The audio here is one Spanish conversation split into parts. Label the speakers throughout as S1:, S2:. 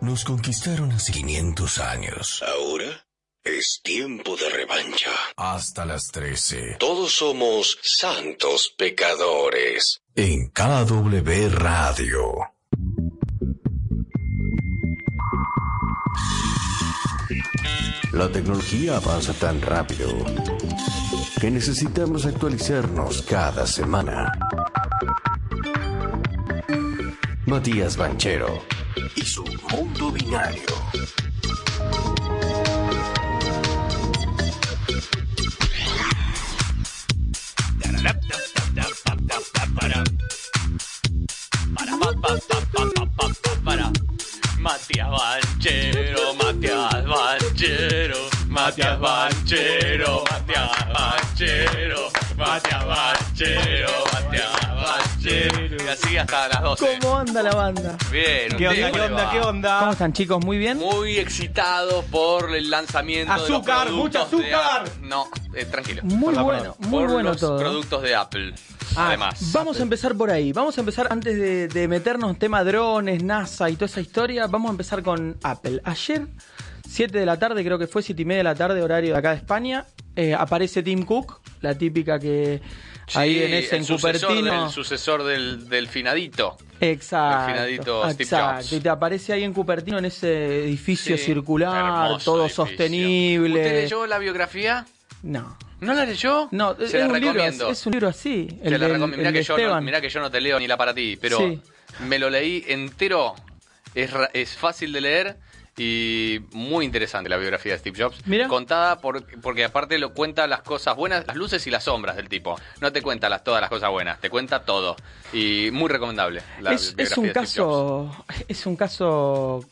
S1: Nos conquistaron hace 500 años.
S2: Ahora es tiempo de revancha.
S1: Hasta las 13.
S2: Todos somos santos pecadores.
S1: En KW Radio.
S3: La tecnología avanza tan rápido que necesitamos actualizarnos cada semana. Matías Banchero y su mundo binario.
S4: Matías Banchero, Matías Banchero, Matías Banchero, Matías Banchero, Matías Banchero, Matías Banchero. Y así hasta las 12.
S5: ¿Cómo anda la banda?
S4: Bien,
S6: ¿Qué
S4: ¿ustedes
S6: onda, qué
S4: cómo le
S6: onda,
S4: va?
S6: qué
S5: ¿Cómo
S6: onda?
S5: están chicos? ¿Muy bien?
S4: Muy excitado por el lanzamiento
S6: Azúcar,
S4: de los productos
S6: mucho
S4: de
S6: azúcar.
S4: Apple. No, eh, tranquilo.
S5: Muy
S6: Perdón,
S5: bueno,
S6: perdón.
S5: muy
S4: por
S5: bueno
S4: los
S5: todo.
S4: productos de Apple.
S5: Ah,
S4: Además.
S5: vamos a empezar por ahí. Vamos a empezar antes de, de meternos en tema drones, NASA y toda esa historia. Vamos a empezar con Apple. Ayer, 7 de la tarde, creo que fue 7 y media de la tarde, horario de acá de España, eh, aparece Tim Cook, la típica que
S4: Sí,
S5: ahí en
S4: el
S5: ese en
S4: sucesor
S5: Cupertino.
S4: del- sucesor del, del finadito.
S5: Exacto.
S4: El finadito Steve
S5: exacto.
S4: Jobs.
S5: Y te aparece ahí en Cupertino en ese edificio
S4: Sí,
S5: circular,
S4: hermoso
S5: todo
S4: edificio.
S5: sostenible.
S4: ¿Usted leyó la biografía?
S5: No.
S4: ¿No la leyó?
S5: No, es,
S4: Se la
S5: un libro,
S4: recomiendo.
S5: es un libro así.
S4: Se
S5: el
S4: la
S5: del-
S4: recomiendo. Mirá
S5: el
S4: que
S5: de
S4: yo no,
S5: Esteban.
S4: mirá que yo no te leo ni la para ti, pero
S5: Sí.
S4: me lo leí entero. Es, ra- es fácil de leer y muy interesante la biografía de Steve Jobs.
S5: Mirá.
S4: Contada por, porque aparte lo cuenta las cosas buenas, las luces y las sombras del tipo. No te cuenta las, todas las cosas buenas, te cuenta todo. Y muy recomendable la
S5: es,
S4: biografía
S5: es un
S4: de Steve Jobs.
S5: caso es un caso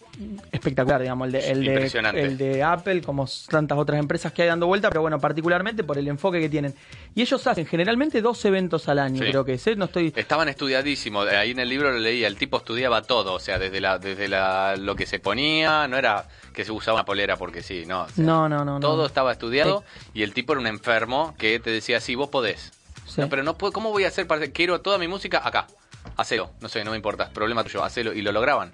S5: espectacular digamos el de, el de-
S4: Impresionante.
S5: el de Apple como tantas otras empresas que hay dando vuelta pero bueno particularmente por el enfoque que tienen y ellos hacen generalmente dos eventos al año
S4: Sí.
S5: creo que es ¿eh? no estoy
S4: Estaban estudiadísimos, Eh, ahí en el libro lo leía, el tipo estudiaba todo, o sea, desde la desde la, lo que se ponía, no era que se usaba una polera porque sí, no. o sea,
S5: No, no, no, no.
S4: Todo estaba estudiado y el tipo era un enfermo que te decía, sí, vos podés.
S5: Sí.
S4: No, pero no puedo, ¿cómo voy a hacer para hacer- Quiero toda mi música acá, hacelo, no sé, no me importa, problema tuyo, hacelo. Y lo lograban.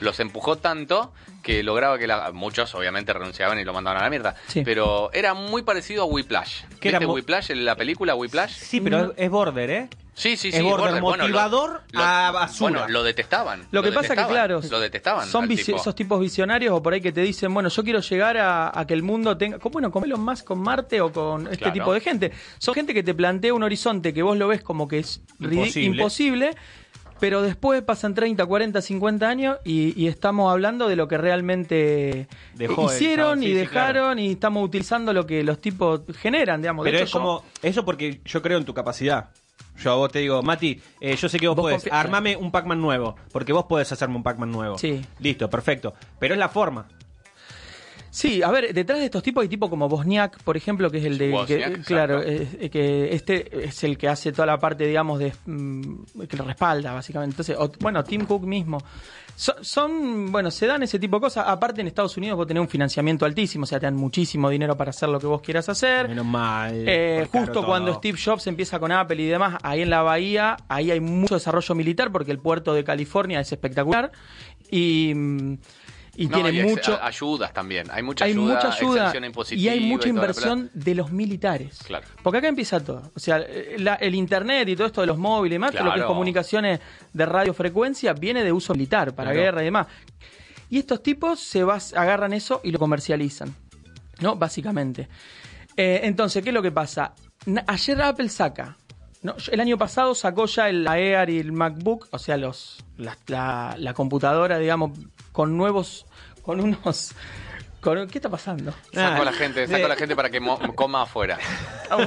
S4: Los empujó tanto que lograba que la- muchos obviamente renunciaban y lo mandaban a la mierda.
S5: Sí.
S4: Pero era muy parecido a Whiplash.
S6: Que era
S4: ¿Viste
S6: mu-
S4: Whiplash, la película Whiplash?
S6: Sí, pero es- es border, ¿eh?
S4: Sí, sí,
S6: Es
S4: sí.
S6: border,
S4: Bueno, lo-
S6: motivador a basura.
S4: Bueno, lo detestaban.
S5: lo que pasa que
S4: detestaban,
S5: claro
S4: Lo detestaban.
S5: son
S4: al
S5: visi-
S4: tipo.
S5: esos tipos visionarios o por ahí que te dicen bueno yo quiero llegar a, a que el mundo tenga como, bueno con Elon Musk con Marte o con este
S4: Claro.
S5: tipo de gente son gente que te plantea un horizonte que vos lo ves como que es ri-
S6: Imposible.
S5: imposible, pero después pasan 30, 40, 50 años y, y estamos hablando de lo que realmente
S6: Dejó el-
S5: hicieron
S6: sí,
S5: y
S6: sí,
S5: dejaron y estamos utilizando lo que los tipos generan, digamos. De
S6: Pero
S5: hecho,
S6: es
S5: yo-
S6: como. Eso porque yo creo en tu capacidad. Yo a vos te digo, Mati, eh, yo sé que vos,
S5: Vos
S6: podés.
S5: confía-
S6: Armame un Pac-Man nuevo. Porque vos podés hacerme un Pac-Man nuevo.
S5: Sí.
S6: Listo, perfecto. Pero es la forma.
S5: Sí, a ver, detrás de estos tipos hay tipo como Bosniak, por ejemplo, que es el de que,
S4: Wozniak, exacto.
S5: claro, eh, que este es el que hace toda la parte, digamos, de mm, que lo respalda básicamente. Entonces, o- bueno, Tim Cook mismo. So- son, bueno, se dan ese tipo de cosas. Aparte en Estados Unidos vos tenés un financiamiento altísimo, o sea, te dan muchísimo dinero para hacer lo que vos quieras hacer.
S6: Menos mal.
S5: Eh, justo
S6: porque claro, todo.
S5: cuando Steve Jobs empieza con Apple y demás, ahí en la bahía, ahí hay mucho desarrollo militar porque el puerto de California es espectacular y, mm, y
S4: No,
S5: tiene
S4: ex-
S5: mucho,
S4: a- ayudas también. Hay mucha
S5: hay
S4: ayuda.
S5: mucha ayuda
S4: exención impositiva
S5: y hay mucha
S4: toda la
S5: inversión de los militares.
S4: Claro.
S5: Porque acá empieza todo. O sea, eh, la- el internet y todo esto de los móviles y más, todo lo que es
S4: Claro.
S5: comunicaciones de radiofrecuencia, viene de uso militar para
S6: Claro.
S5: guerra y demás. Y estos tipos se vas, agarran eso y lo comercializan. ¿No? Básicamente. Eh, entonces, ¿qué es lo que pasa? Na- ayer Apple saca. ¿no? El año pasado sacó ya el Air y el MacBook, o sea, los, la, la- la computadora, digamos, con nuevos. con unos. con- ¿Qué está pasando?
S4: plata. Sacó a la
S6: Ah,
S4: gente, sacó a la gente para que mo- coma afuera.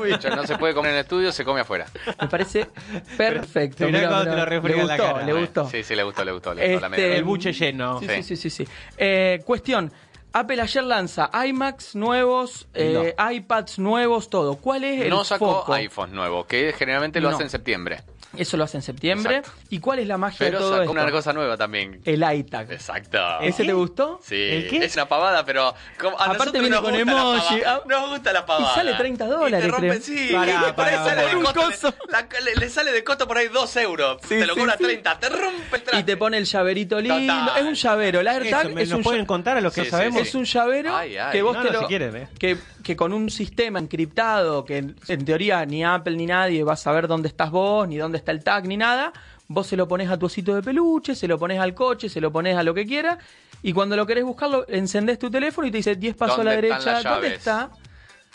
S4: Dicho, no se puede comer en el estudio, se come afuera.
S5: Me parece perfecto.
S6: Mirá
S5: Mirá,
S6: cuando
S5: mirá,
S6: te lo refriega
S5: le
S6: en la
S5: gustó,
S6: cara. eh.
S5: le gustó.
S4: Sí, sí, le gustó, le gustó. Le gustó la
S5: Este,
S4: media.
S6: El buche lleno.
S5: Sí,
S4: Sí.
S5: sí, sí, sí, sí. Eh, cuestión. Apple ayer lanza iMacs nuevos, eh, iPads nuevos, todo. ¿Cuál es el
S4: No sacó
S5: foco?
S4: iPhone nuevo, que generalmente lo
S5: No.
S4: hace en septiembre.
S5: Eso lo hace en septiembre.
S4: Exacto.
S5: ¿Y cuál es la magia
S4: Pero
S5: de todo
S4: sacó
S5: esto?
S4: una cosa nueva también.
S5: El iTag.
S4: Exacto.
S5: ¿Ese te gustó?
S4: Sí,
S7: ¿El qué?
S4: es una pavada, pero como- a
S5: Aparte
S4: nosotros
S5: viene
S4: nos
S5: con
S4: gusta la
S5: emoji.
S4: pavada.
S5: Ah.
S4: Nos gusta la pavada.
S5: Y sale 30
S4: Y te
S5: dólares,
S4: rompen,
S5: creo.
S4: sí.
S6: Pará,
S4: y por ahí
S6: pará,
S4: sale
S6: pará.
S4: de
S5: Un
S4: costo,
S5: coso.
S4: le- la- le, le sale de costo por ahí 2 euros.
S5: Sí,
S4: te lo
S5: sí,
S4: cobra
S5: sí.
S4: 30. Te rompe el traste.
S5: Y te pone el llaverito lindo.
S4: Total.
S5: Es un llavero. El
S6: Eso,
S5: AirTag
S6: me-
S5: es
S6: ¿Nos
S5: un
S6: pueden
S5: llavero.
S6: contar a los que
S4: Sí,
S6: no sabemos?
S4: sí,
S5: Es un llavero
S4: Ay, ay.
S5: que vos
S6: No,
S5: te
S6: no,
S5: lo-
S6: si quieren, eh.
S5: que, que con un sistema encriptado que en, en teoría ni Apple ni nadie va a saber dónde estás vos, ni dónde está el tag, ni nada. Vos se lo pones a tu osito de peluche, se lo pones al coche, se lo pones a lo que quieras. Y cuando lo querés buscarlo, encendés tu teléfono y te dice 10 pasos a la
S4: ¿Dónde están
S5: derecha.
S4: las
S5: ¿Dónde
S4: llaves?
S5: está?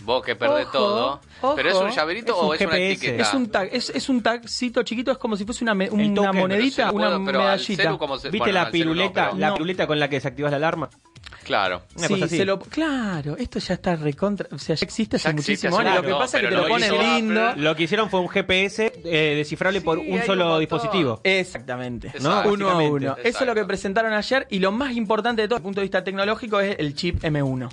S4: Vos que perdés
S5: Ojo,
S4: todo.
S5: ojo.
S4: ¿Pero es un llaverito
S6: Es un
S4: o es una
S6: GPS.
S4: etiqueta?
S5: Es un tag, es, es un tagcito chiquito, es como si fuese una, me- una
S6: token,
S5: monedita,
S4: Pero se lo
S5: una
S4: puedo- pero al
S5: medallita.
S4: celu como se-
S6: ¿Viste
S4: bueno,
S6: la
S4: al celu no,
S6: piruleta,
S4: pero-
S6: la
S5: No.
S6: piruleta con la que desactivas la alarma?
S4: Claro.
S6: Una
S5: Sí,
S6: cosa así.
S5: se lo- claro, esto ya está recontra. O sea, ya existe hace
S4: Ya existe
S5: muchísimo
S4: hace
S5: años. Lo
S4: rato,
S5: que pasa es que te
S4: pero
S5: lo
S4: lo
S5: ponen
S4: hizo Apple.
S5: lindo.
S6: Lo que hicieron fue un GPS eh, descifrable por
S4: Sí,
S6: un
S4: hay un
S6: solo
S4: montón.
S6: dispositivo.
S5: Exactamente.
S4: Exacto.
S5: Uno a uno.
S6: Básicamente.
S5: Eso es lo
S4: Exacto.
S5: que presentaron ayer. Y lo más importante de todo, desde el punto de vista tecnológico, es el chip M1.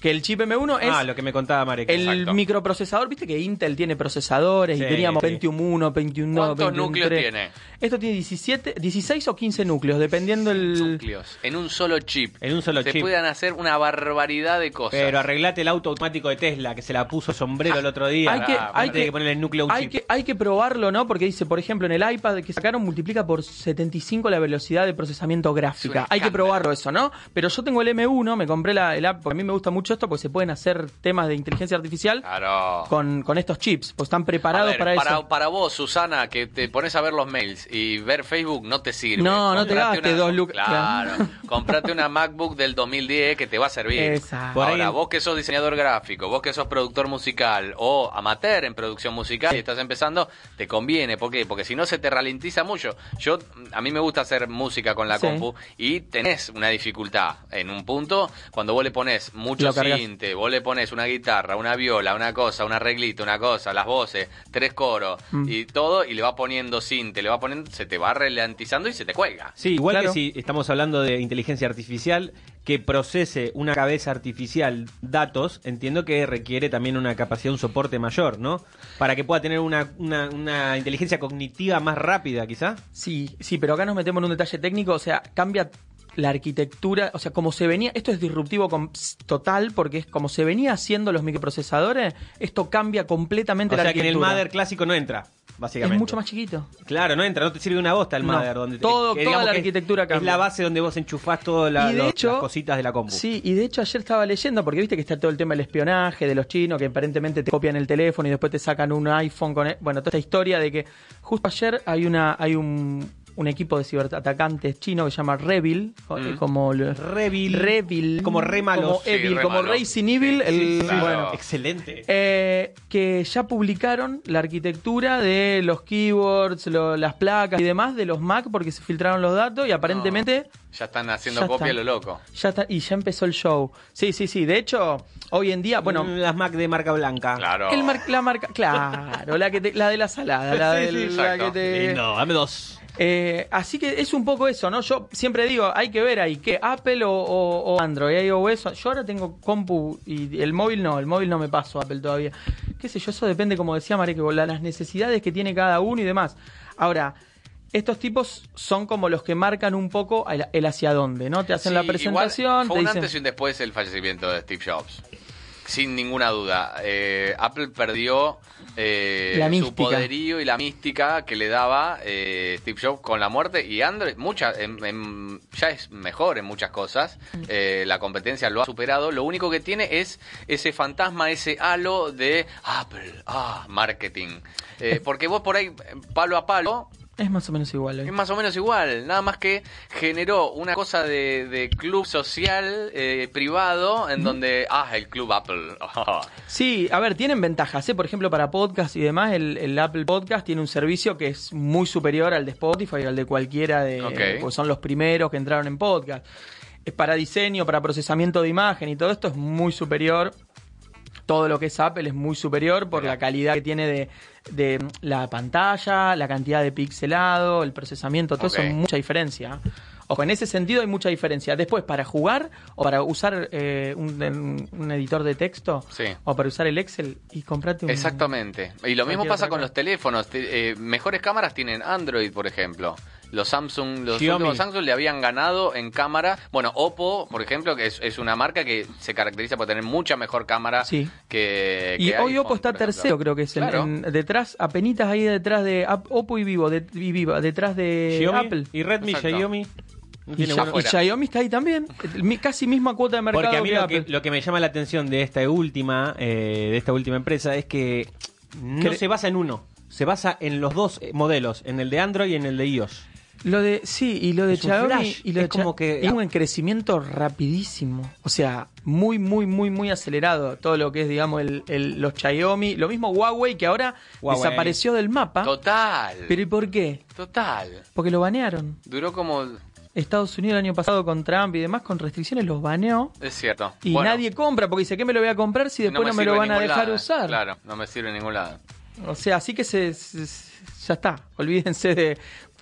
S5: Que el chip M1 es
S6: Ah, lo que me contaba Marek.
S5: el
S4: Exacto.
S5: microprocesador. Viste que Intel tiene procesadores y
S6: Sí,
S5: teníamos
S6: sí.
S5: Pentium 1, Pentium 2,
S4: ¿Cuántos
S5: Pentium
S4: núcleos
S5: 3.
S4: tiene?
S5: Esto tiene 17, 16 o 15 núcleos, dependiendo el.
S4: Núcleos. En un solo chip.
S6: En un solo
S4: Se
S6: chip.
S4: pueden hacer una barbaridad de cosas.
S6: Pero arreglate el auto automático de Tesla que se la puso sombrero el otro día.
S5: Hay que,
S6: Ah,
S5: hay
S6: tiene que, ponerle el núcleo a un
S5: hay
S6: chip.
S5: que- hay que probarlo, ¿no? Porque dice, por ejemplo, en el iPad que sacaron multiplica por 75 la velocidad de procesamiento
S4: Es un
S5: gráfica. Hay que
S4: escándalo.
S5: probarlo eso, ¿no? Pero yo tengo el M1, me compré la, el app, porque a mí me gusta mucho esto, porque se pueden hacer temas de inteligencia artificial
S4: Claro.
S5: con, con estos chips, pues están
S4: A
S5: preparados
S4: ver,
S5: para, eso.
S4: para vos, Susana, que te pones a ver los mails y ver Facebook, no te sirve.
S5: No, no te
S4: Comprate
S5: gastes
S4: una-
S5: dos lucas.
S4: Claro. comprate una MacBook del 2010 que te va a servir.
S5: Exacto.
S6: Por ahí
S4: Ahora,
S6: el-
S4: vos que sos diseñador gráfico, vos que sos productor musical o amateur en producción musical y estás empezando, te conviene. ¿Por qué? Porque si no se te ralentiza mucho. Yo, a mí me gusta hacer música con la
S5: Sí.
S4: compu y tenés una dificultad en un punto cuando vos le pones mucho
S5: Lo cargas.
S4: sinte, vos le pones una guitarra, una viola, una cosa, un arreglito, una cosa, las voces, tres coros
S5: Mm.
S4: y todo y le va poniendo sinte, le va poniendo, se te va ralentizando y se te cuelga.
S6: Sí, igual
S5: Claro.
S6: que si estamos hablando de inteligencia artificial que procese una cabeza artificial datos, entiendo que requiere también una capacidad, un soporte mayor, ¿no? Para que pueda tener una, una- una inteligencia cognitiva más rápida, quizá.
S5: Sí, sí, pero acá nos metemos en un detalle técnico, o sea, cambia la arquitectura, o sea, como se venía, esto es disruptivo com- total porque es como se venía haciendo los microprocesadores, esto cambia completamente
S6: O
S5: la
S6: sea que en el
S5: arquitectura.
S6: Mother clásico no entra, básicamente.
S5: es mucho más chiquito.
S6: Claro, no entra, no te sirve una bosta el
S5: No.
S6: Mother. Donde
S5: Todo- toda
S6: digamos
S5: la
S6: que es-
S5: arquitectura
S6: Es
S5: cambia.
S6: la base donde vos enchufás todas la-
S5: Y de
S6: los-
S5: hecho-
S6: las cositas de la compu.
S5: Sí, y de hecho ayer estaba leyendo, porque viste que está todo el tema del espionaje, de los chinos, que aparentemente te copian el teléfono y después te sacan un iPhone con... e- Bueno, toda esta historia de que justo ayer hay una hay un, un equipo de ciberatacantes chino que se llama Revil, o- eh, como... el-
S6: Mm. Revil.
S5: Revil.
S6: Como e- re malos.
S5: Como
S6: Sí,
S5: Evil,
S4: re
S5: como
S4: malos.
S5: Racing Evil.
S4: Sí,
S5: el-
S4: sí, sí,
S5: bueno,
S4: claro.
S6: Excelente.
S5: eh, que ya publicaron la arquitectura de los keywords, lo- las placas y demás de los Mac porque se filtraron los datos y aparentemente...
S4: Ya están haciendo
S5: Ya
S4: copia
S5: está.
S4: lo loco.
S5: Ya está, y ya empezó el show. Sí, sí, sí. De hecho, hoy en día, bueno,
S6: Mm, las Mac de marca blanca.
S4: Claro.
S5: el mar- la marca, claro, la que te- la de la salada, la,
S4: Sí, sí,
S5: del- la
S4: exacto.
S5: que te-
S6: Lindo, dame dos.
S5: Eh, así que es un poco eso, ¿no? Yo siempre digo, hay que ver ahí que Apple o, o- o Android, ahí o eso. Yo ahora tengo compu y el móvil no, el móvil no me paso Apple todavía. Qué sé yo, eso depende, como decía Marek, la- las necesidades que tiene cada uno y demás. Ahora, estos tipos son como los que marcan un poco el, el hacia dónde, ¿no? Te hacen
S4: Sí,
S5: la
S4: igual
S5: presentación,
S4: fue
S5: te
S4: un
S5: dicen...
S4: antes y un después el fallecimiento de Steve Jobs. Sin ninguna duda. Eh, Apple perdió eh,
S5: La
S4: su
S5: mística.
S4: poderío y la mística que le daba eh, Steve Jobs con la muerte. Y Android, muchas, en- en- ya es mejor en muchas cosas. Eh, la competencia lo ha superado. Lo único que tiene es ese fantasma, ese halo de Apple, ah, marketing. Eh, porque vos por ahí, eh, palo a palo,
S5: Es más o menos igual. hoy.
S4: es más o menos igual, nada más que generó una cosa de, de club social eh, privado en donde, ah, el club Apple.
S5: Sí, a ver, tienen ventajas. ¿eh? Por ejemplo, para podcast y demás, el, el Apple Podcast tiene un servicio que es muy superior al de Spotify o al de cualquiera de.
S4: Ok.
S5: porque son los primeros que entraron en podcast. Es para diseño, para procesamiento de imagen y todo esto es muy superior. Todo lo que es Apple es muy superior por la calidad que tiene de, de la pantalla, la cantidad de pixelado, el procesamiento, todo
S4: Ok.
S5: eso, mucha diferencia. Ojo, en ese sentido hay mucha diferencia. Después, para jugar o para usar eh, un, un- un editor de texto
S4: Sí.
S5: o para usar el Excel y comprate un...
S4: Exactamente. Y lo mismo
S5: Cualquier
S4: pasa
S5: otra
S4: con
S5: cosa.
S4: los teléfonos. Te- eh, mejores cámaras tienen Android, por ejemplo. Los Samsung, los
S6: Xiaomi.
S4: últimos Samsung le habían ganado en cámara. Bueno, Oppo, por ejemplo, que es, es una marca que se caracteriza por tener mucha mejor cámara
S5: Sí.
S4: que,
S5: Y
S4: que
S5: hoy
S4: iPhone,
S5: Oppo está
S4: por ejemplo.
S5: tercero, creo que es. en-
S4: Claro.
S5: en- detrás, apenitas ahí detrás de Ap- Oppo y Vivo, de- y Viva, detrás de
S6: Xiaomi
S5: Apple.
S6: y Redmi,
S4: Exacto.
S6: Xiaomi. No
S5: Y,
S6: tiene
S5: ya-
S6: bueno-
S5: y
S4: fuera.
S5: Xiaomi está ahí también. Mi- Casi misma cuota de mercado
S6: Porque a mí
S5: que
S6: lo que,
S5: Apple.
S6: lo que me llama la atención de esta última, eh, de esta última empresa es que no
S5: Cre-
S6: se basa en uno, se basa en los dos eh, modelos, en el de Android y en el de iOS.
S5: Lo de sí y lo de
S6: Es un
S5: Xiaomi
S6: flash,
S5: y lo
S6: es
S5: de
S6: como
S5: Xia-
S6: que-
S5: es un crecimiento rapidísimo, o sea, muy muy muy muy acelerado todo lo que es digamos el, el- los Xiaomi, lo mismo Huawei que ahora
S6: Huawei.
S5: desapareció del mapa,
S4: Total.
S5: pero ¿y por qué?
S4: Total.
S5: Porque lo banearon.
S4: Duró como...
S5: Estados Unidos el año pasado con Trump y demás con restricciones los baneó
S4: Es cierto.
S5: y
S4: Bueno,
S5: nadie compra porque dice que me lo voy a comprar si después no me, lo
S4: sirve
S5: van
S4: en
S5: a
S4: ningún
S5: dejar
S4: lado,
S5: usar.
S4: Claro, no me sirve en ningún lado.
S5: O sea, así que se, se- se- ya está. Olvídense de,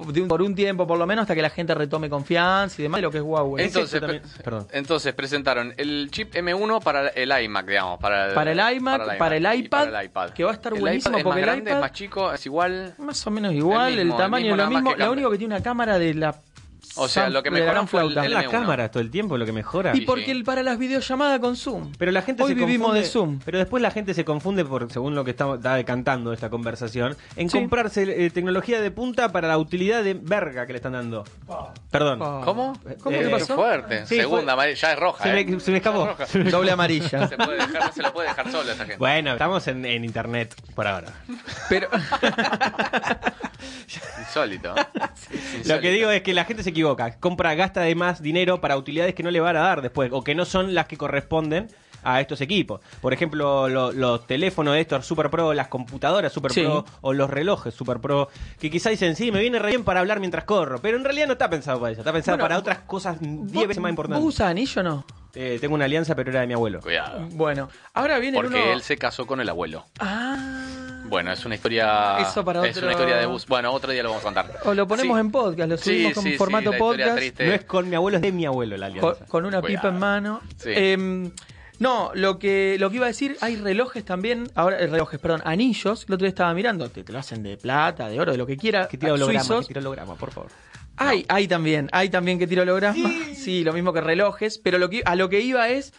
S5: de un- por un tiempo por lo menos hasta que la gente retome confianza y demás de lo que es Huawei.
S4: Entonces,
S6: Eso también-
S4: pre-
S6: perdón.
S4: entonces presentaron el chip M1 para el iMac, digamos. Para el,
S5: Para el iMac, para el
S4: y
S5: iPad,
S4: para el
S5: que va a estar
S4: El
S5: buenísimo
S4: iPad es
S5: porque
S4: más
S5: el
S4: grande,
S5: iPad-
S4: es más chico, es igual.
S5: Más o menos igual,
S4: El
S5: el,
S4: mismo, el
S5: tamaño
S4: mismo,
S5: es
S4: nada
S5: lo
S4: más
S5: mismo.
S4: que
S5: lo
S4: cambia.
S5: único que tiene una cámara de la.
S4: O sea, lo que
S5: de la
S4: mejoran
S5: gran
S4: fue el-
S5: flauta.
S4: el-
S6: la
S4: M1.
S6: cámara todo el tiempo, lo que mejora.
S5: Y
S4: Sí,
S5: porque
S4: sí.
S5: el- para las videollamadas con Zoom.
S6: Pero la gente
S5: Hoy
S6: se
S5: vivimos
S6: confunde-
S5: de Zoom.
S6: Pero después la gente se confunde, por, según lo que está, está decantando esta conversación, en
S5: Sí.
S6: comprarse eh, tecnología de punta para la utilidad de verga que le están dando. Perdón.
S5: Oh.
S4: ¿Cómo?
S5: ¿Cómo
S6: Eh,
S5: te pasó?
S4: fuerte.
S6: Sí,
S4: Segunda, amarilla, ya es roja.
S6: Se me-
S4: eh.
S6: se me
S4: Ya es
S6: escapó.
S4: roja.
S6: Se me-
S5: Doble
S4: No
S5: amarilla.
S4: se, puede dejar, no se la puede dejar sola esa gente.
S6: Bueno, estamos en, en internet por ahora.
S5: Pero
S4: Insólito.
S6: Lo que digo es que la gente se equivoca. Compra, gasta de más dinero para utilidades que no le van a dar después o que no son las que corresponden a estos equipos. Por ejemplo, lo- los teléfonos de estos Super Pro, las computadoras Super
S5: Sí.
S6: Pro o los relojes Super Pro, que quizá dicen, sí, me viene re bien para hablar mientras corro, pero en realidad no está pensado para eso, está pensado
S5: Bueno,
S6: para otras cosas 10 veces más importantes.
S5: ¿Vos usas anillo o no?
S6: Eh, tengo una alianza, pero era de mi abuelo.
S5: Este-
S4: Cuidado.
S5: Bueno, ahora viene el
S4: Porque
S5: uno.
S4: él se casó con el abuelo.
S5: Ah.
S4: Bueno, es una historia.
S5: Eso para
S4: Es
S5: otro-
S4: una historia de bus. Bueno, otro día lo vamos a contar.
S5: O lo ponemos
S4: Sí.
S5: en podcast, lo
S4: Sí,
S5: subimos con
S4: sí, sí,
S5: formato
S4: la historia
S5: podcast.
S4: triste.
S6: No es con mi abuelo, es de mi abuelo la
S5: Co-
S6: alianza.
S5: con una
S4: Cuidado.
S5: pipa en mano.
S4: Sí.
S5: Em, no, lo que, lo que iba a decir, hay relojes también, ahora eh, relojes, perdón, anillos, el otro día estaba mirando, te, te lo hacen de plata, de oro, de lo que quiera,
S6: Que tira holograma,
S5: Ah, suizos.
S6: que tira holograma, por favor.
S5: Hay, hay también, hay también que tiro holograma, sí. lo mismo que relojes, pero lo que, a lo que iba es,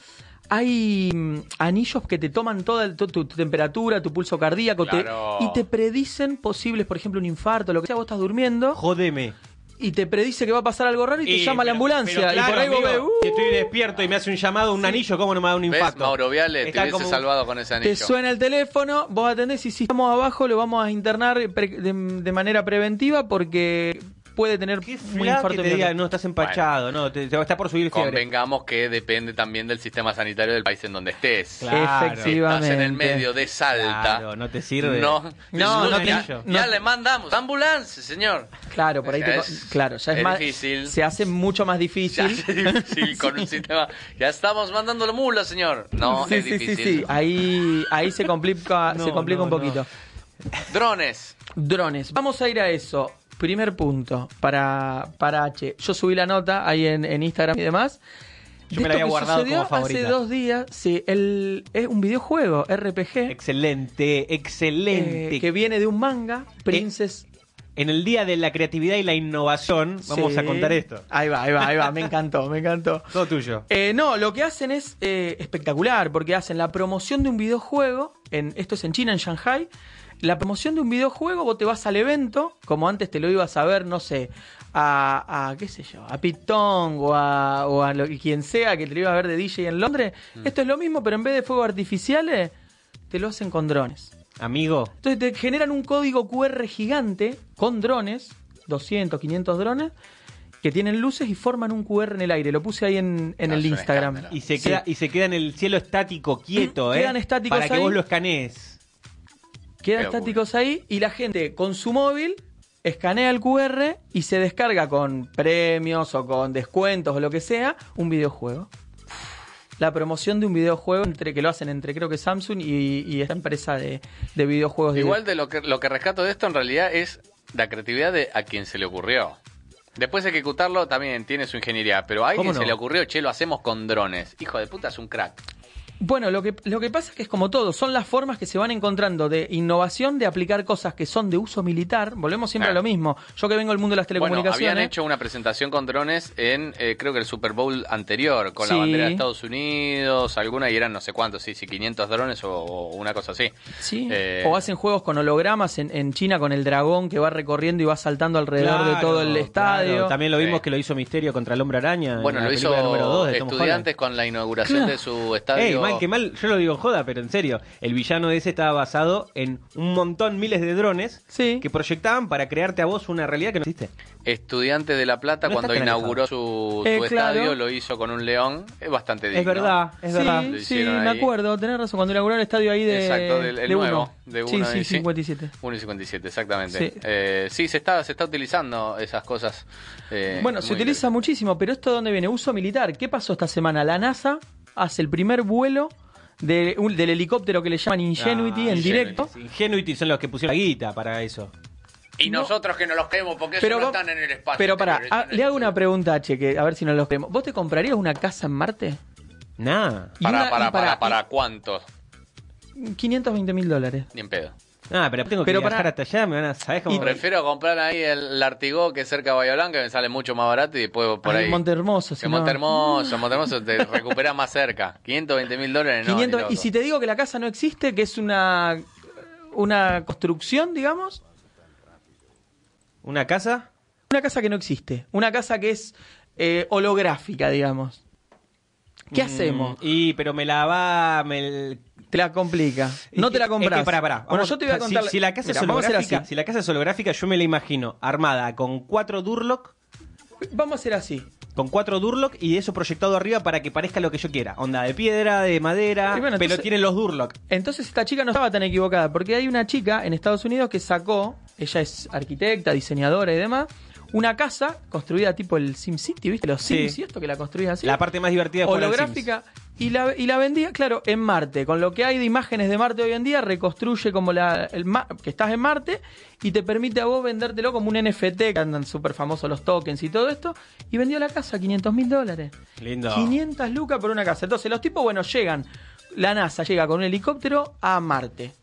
S5: hay mm, anillos que te toman toda el- tu, tu- tu temperatura, tu pulso cardíaco, te-
S4: Claro.
S5: y te predicen posibles, por ejemplo, un infarto, lo que sea, vos estás durmiendo,
S6: Jodeme.
S5: y te predice que va a pasar algo raro y te
S6: Y,
S5: llama la
S6: pero-
S5: ambulancia,
S6: pero claro,
S5: y por ahí vos
S6: amigo,
S5: ves, "Uh".
S6: Si estoy despierto y me hace un llamado, un anillo, ¿cómo no me da un
S4: ¿Ves,
S6: impacto?
S4: Mauro Viale, te
S6: Está
S4: hubiese
S6: como un-
S4: salvado con ese anillo.
S5: Te suena el teléfono, vos atendés y si estamos abajo lo vamos a internar pre- de, de manera preventiva porque puede tener
S6: Qué
S5: un
S6: fla que
S5: infarto
S6: te
S5: de-
S6: diga, no, estás empachado, no, te, te va a estar por subir fiebre.
S4: Convengamos que depende también del sistema sanitario del país en donde estés.
S6: Claro.
S4: Si estás en el medio
S5: Efectivamente.
S4: de Salta.
S6: Claro, no te sirve.
S4: No,
S6: No,
S5: no
S4: ya-
S5: te-
S4: ya,
S5: no-
S4: le mandamos ambulancia, señor.
S5: Claro, por ahí
S4: Ya
S5: te,
S4: es-
S5: claro, ya es,
S4: es
S5: más
S4: difícil.
S5: se hace mucho más
S4: Ya
S5: difícil.
S4: es difícil con un sistema. Ya estamos mandándole mula, señor. No,
S5: sí,
S4: es
S5: sí, Ah. sí,
S4: difícil.
S5: sí, ahí ahí se complica
S6: No,
S5: se complica
S6: no,
S5: un poquito.
S4: Drones.
S5: Drones. Vamos a ir a eso. Primer punto para, para H. Yo subí la nota ahí en, en Instagram y demás.
S6: Yo me la
S5: esto
S6: había
S5: que
S6: guardado
S5: sucedió
S6: como favorita.
S5: Hace dos días, sí, el, es un videojuego RPG
S6: Excelente, excelente. Eh,
S5: eh, que viene de un manga, Princess.
S6: En el día de la creatividad y la innovación, vamos
S5: Sí.
S6: a contar esto.
S5: Ahí va, ahí va, ahí va. Me encantó, me encantó.
S6: Todo tuyo.
S5: Eh, no, lo que hacen es eh, espectacular, porque hacen la promoción de un videojuego, en, esto es en China, en Shanghai, la promoción de un videojuego, vos te vas al evento, como antes te lo ibas a ver, no sé, a, a, qué sé yo, a Pitón o a, o a lo, quien sea que te lo ibas a ver de DJ en Londres, esto es lo mismo, pero en vez de fuegos artificiales, te lo hacen con drones.
S6: Amigo,
S5: Entonces te generan un código QR gigante con drones, 200, 500 drones, que tienen luces y forman un QR en el aire. Lo puse ahí en, en
S4: No,
S5: el
S4: es un
S5: Instagram.
S4: escándalo.
S6: y se,
S5: Sí.
S6: queda, y se queda en el cielo estático, quieto, ¿eh?
S5: Quedan estáticos
S6: Para que
S5: ahí.
S6: vos lo escanees.
S5: Quedan
S4: Qué locura.
S5: estáticos ahí y la gente con su móvil escanea el QR y se descarga con premios o con descuentos o lo que sea un videojuego. La promoción de un videojuego entre que lo hacen entre creo que Samsung y, y esta empresa de, de videojuegos. de-
S4: Igual de lo que, lo que rescato de esto en realidad es la creatividad de a quien se le ocurrió. Después de ejecutarlo también tiene su ingeniería, pero a alguien
S6: ¿Cómo no?
S4: se le ocurrió, che, lo hacemos con drones. Hijo de puta, es un crack.
S5: Bueno, lo que, lo que pasa es que es como todo, son las formas que se van encontrando de innovación, de aplicar cosas que son de uso militar. Volvemos siempre
S4: Ah.
S5: a lo mismo. Yo que vengo del mundo de las
S4: Bueno,
S5: telecomunicaciones.
S4: habían hecho una presentación con drones en, eh, creo que el Super Bowl anterior, con
S5: Sí.
S4: la bandera de Estados Unidos, alguna, y eran no sé cuántos, sí, sí, 500 drones o, o una cosa así.
S5: Sí.
S4: Eh,
S5: o hacen juegos con hologramas en, en China con el dragón que va recorriendo y va saltando alrededor de todo el
S6: Claro, claro.
S5: estadio.
S6: También lo vimos
S4: Sí.
S6: que lo hizo Misterio contra el Hombre Araña. en
S4: Bueno,
S6: la
S4: lo hizo
S6: película número dos de Tom
S4: estudiantes con la inauguración
S5: Claro.
S4: de su
S6: Holland.
S4: estadio.
S6: Ey, mal que mal, yo lo digo en joda, pero en serio. El villano ese estaba basado en un montón, miles de drones
S5: Sí.
S6: que proyectaban para crearte a vos una realidad que no existe.
S4: Estudiante de La Plata,
S6: No está
S4: cuando
S6: tan
S4: inauguró su, su
S5: Eh, claro.
S4: estadio, lo hizo con un león. Es bastante digno.
S6: Es verdad, es
S5: sí,
S6: verdad.
S4: Lo
S5: sí,
S4: hicieron
S5: me
S4: ahí.
S5: acuerdo, tenés razón, cuando inauguraron el estadio ahí de
S4: Exacto, del el
S5: de uno.
S4: nuevo. De
S5: sí,
S4: uno
S5: sí,
S4: y-
S5: 57.
S4: 1 y 57, exactamente. Eh,
S5: Sí.
S4: Sí, se, está, se está utilizando esas cosas. eh,
S5: Bueno, se
S4: muy
S5: utiliza
S4: bien.
S5: muchísimo, pero ¿esto de dónde viene? Uso militar. ¿Qué pasó esta semana? La NASA hace el primer vuelo de un- del helicóptero que le llaman Ingenuity
S6: Ah,
S5: en
S4: Ingenuity,
S5: directo.
S6: Ingenuity son los que pusieron la guita para eso.
S4: Y nosotros que no los queremos porque
S5: Pero,
S4: ellos
S5: va-
S4: no están en el espacio.
S5: pero pará,
S4: exterior,
S5: ah,
S4: están en
S5: le
S4: el-
S5: hago una pregunta, Che, que a ver si nos los creemos. ¿Vos te comprarías una casa en Marte?
S6: Nah.
S5: y
S4: Pará,
S5: una-
S4: pará,
S5: y pará,
S4: pará, pará, ¿cuántos?
S5: 520 mil dólares.
S4: Ni en pedo.
S6: Ah, pero tengo que
S5: Pero
S6: viajar
S5: pará.
S6: hasta allá, me van a... ¿Sabés cómo?
S4: Prefiero comprar ahí el, el Artigó que es cerca de Bahía Blanca, que me sale mucho más barato y después por
S5: Ay,
S4: ahí.
S5: Monte Hermoso, Ah. si
S4: En
S5: no.
S4: Monte Hermoso, Monte Hermoso te recupera más cerca. 520 mil dólares, no.
S5: 500
S4: ni loco.
S5: y si te digo que la casa no existe, que es una una construcción, digamos,
S6: ¿Una casa?
S5: una casa que no existe, una casa que es eh, holográfica, digamos. ¿Qué hacemos?
S6: Mm, Y, pero me la va... Me...
S5: Te la complica. No te la compras.
S6: Es que pará, pará.
S5: Bueno,
S6: Vamos-
S5: yo te voy a
S6: si-
S5: contar.
S6: Si, la casa
S5: Mira,
S6: es
S5: vamos a hacer así.
S6: holográfica, si la casa es holográfica, yo me la imagino armada con cuatro Durlock,
S5: Vamos a hacer así.
S6: con cuatro Durlock y eso proyectado arriba para que parezca lo que yo quiera. Onda de piedra, de madera,
S5: Y bueno,
S6: pero
S5: entonces-
S6: tiene los Durlock.
S5: Entonces esta chica no estaba tan equivocada, porque hay una chica en Estados Unidos que sacó, ella es arquitecta, diseñadora y demás, una casa construida tipo el SimCity, ¿viste? Los
S6: Sí.
S5: Sims y esto que la construís así.
S6: La parte más divertida de jugar al
S5: holográfica y la, y la vendía, claro, en Marte. Con lo que hay de imágenes de Marte hoy en día, reconstruye como la, el ma- que estás en Marte y te permite a vos vendértelo como un NFT, que andan súper famosos los tokens y todo esto. Y vendió la casa a 500 mil dólares.
S6: Sims. Lindo.
S5: 500 lucas por una casa. Entonces los tipos, bueno, llegan. La NASA llega con un helicóptero a Marte.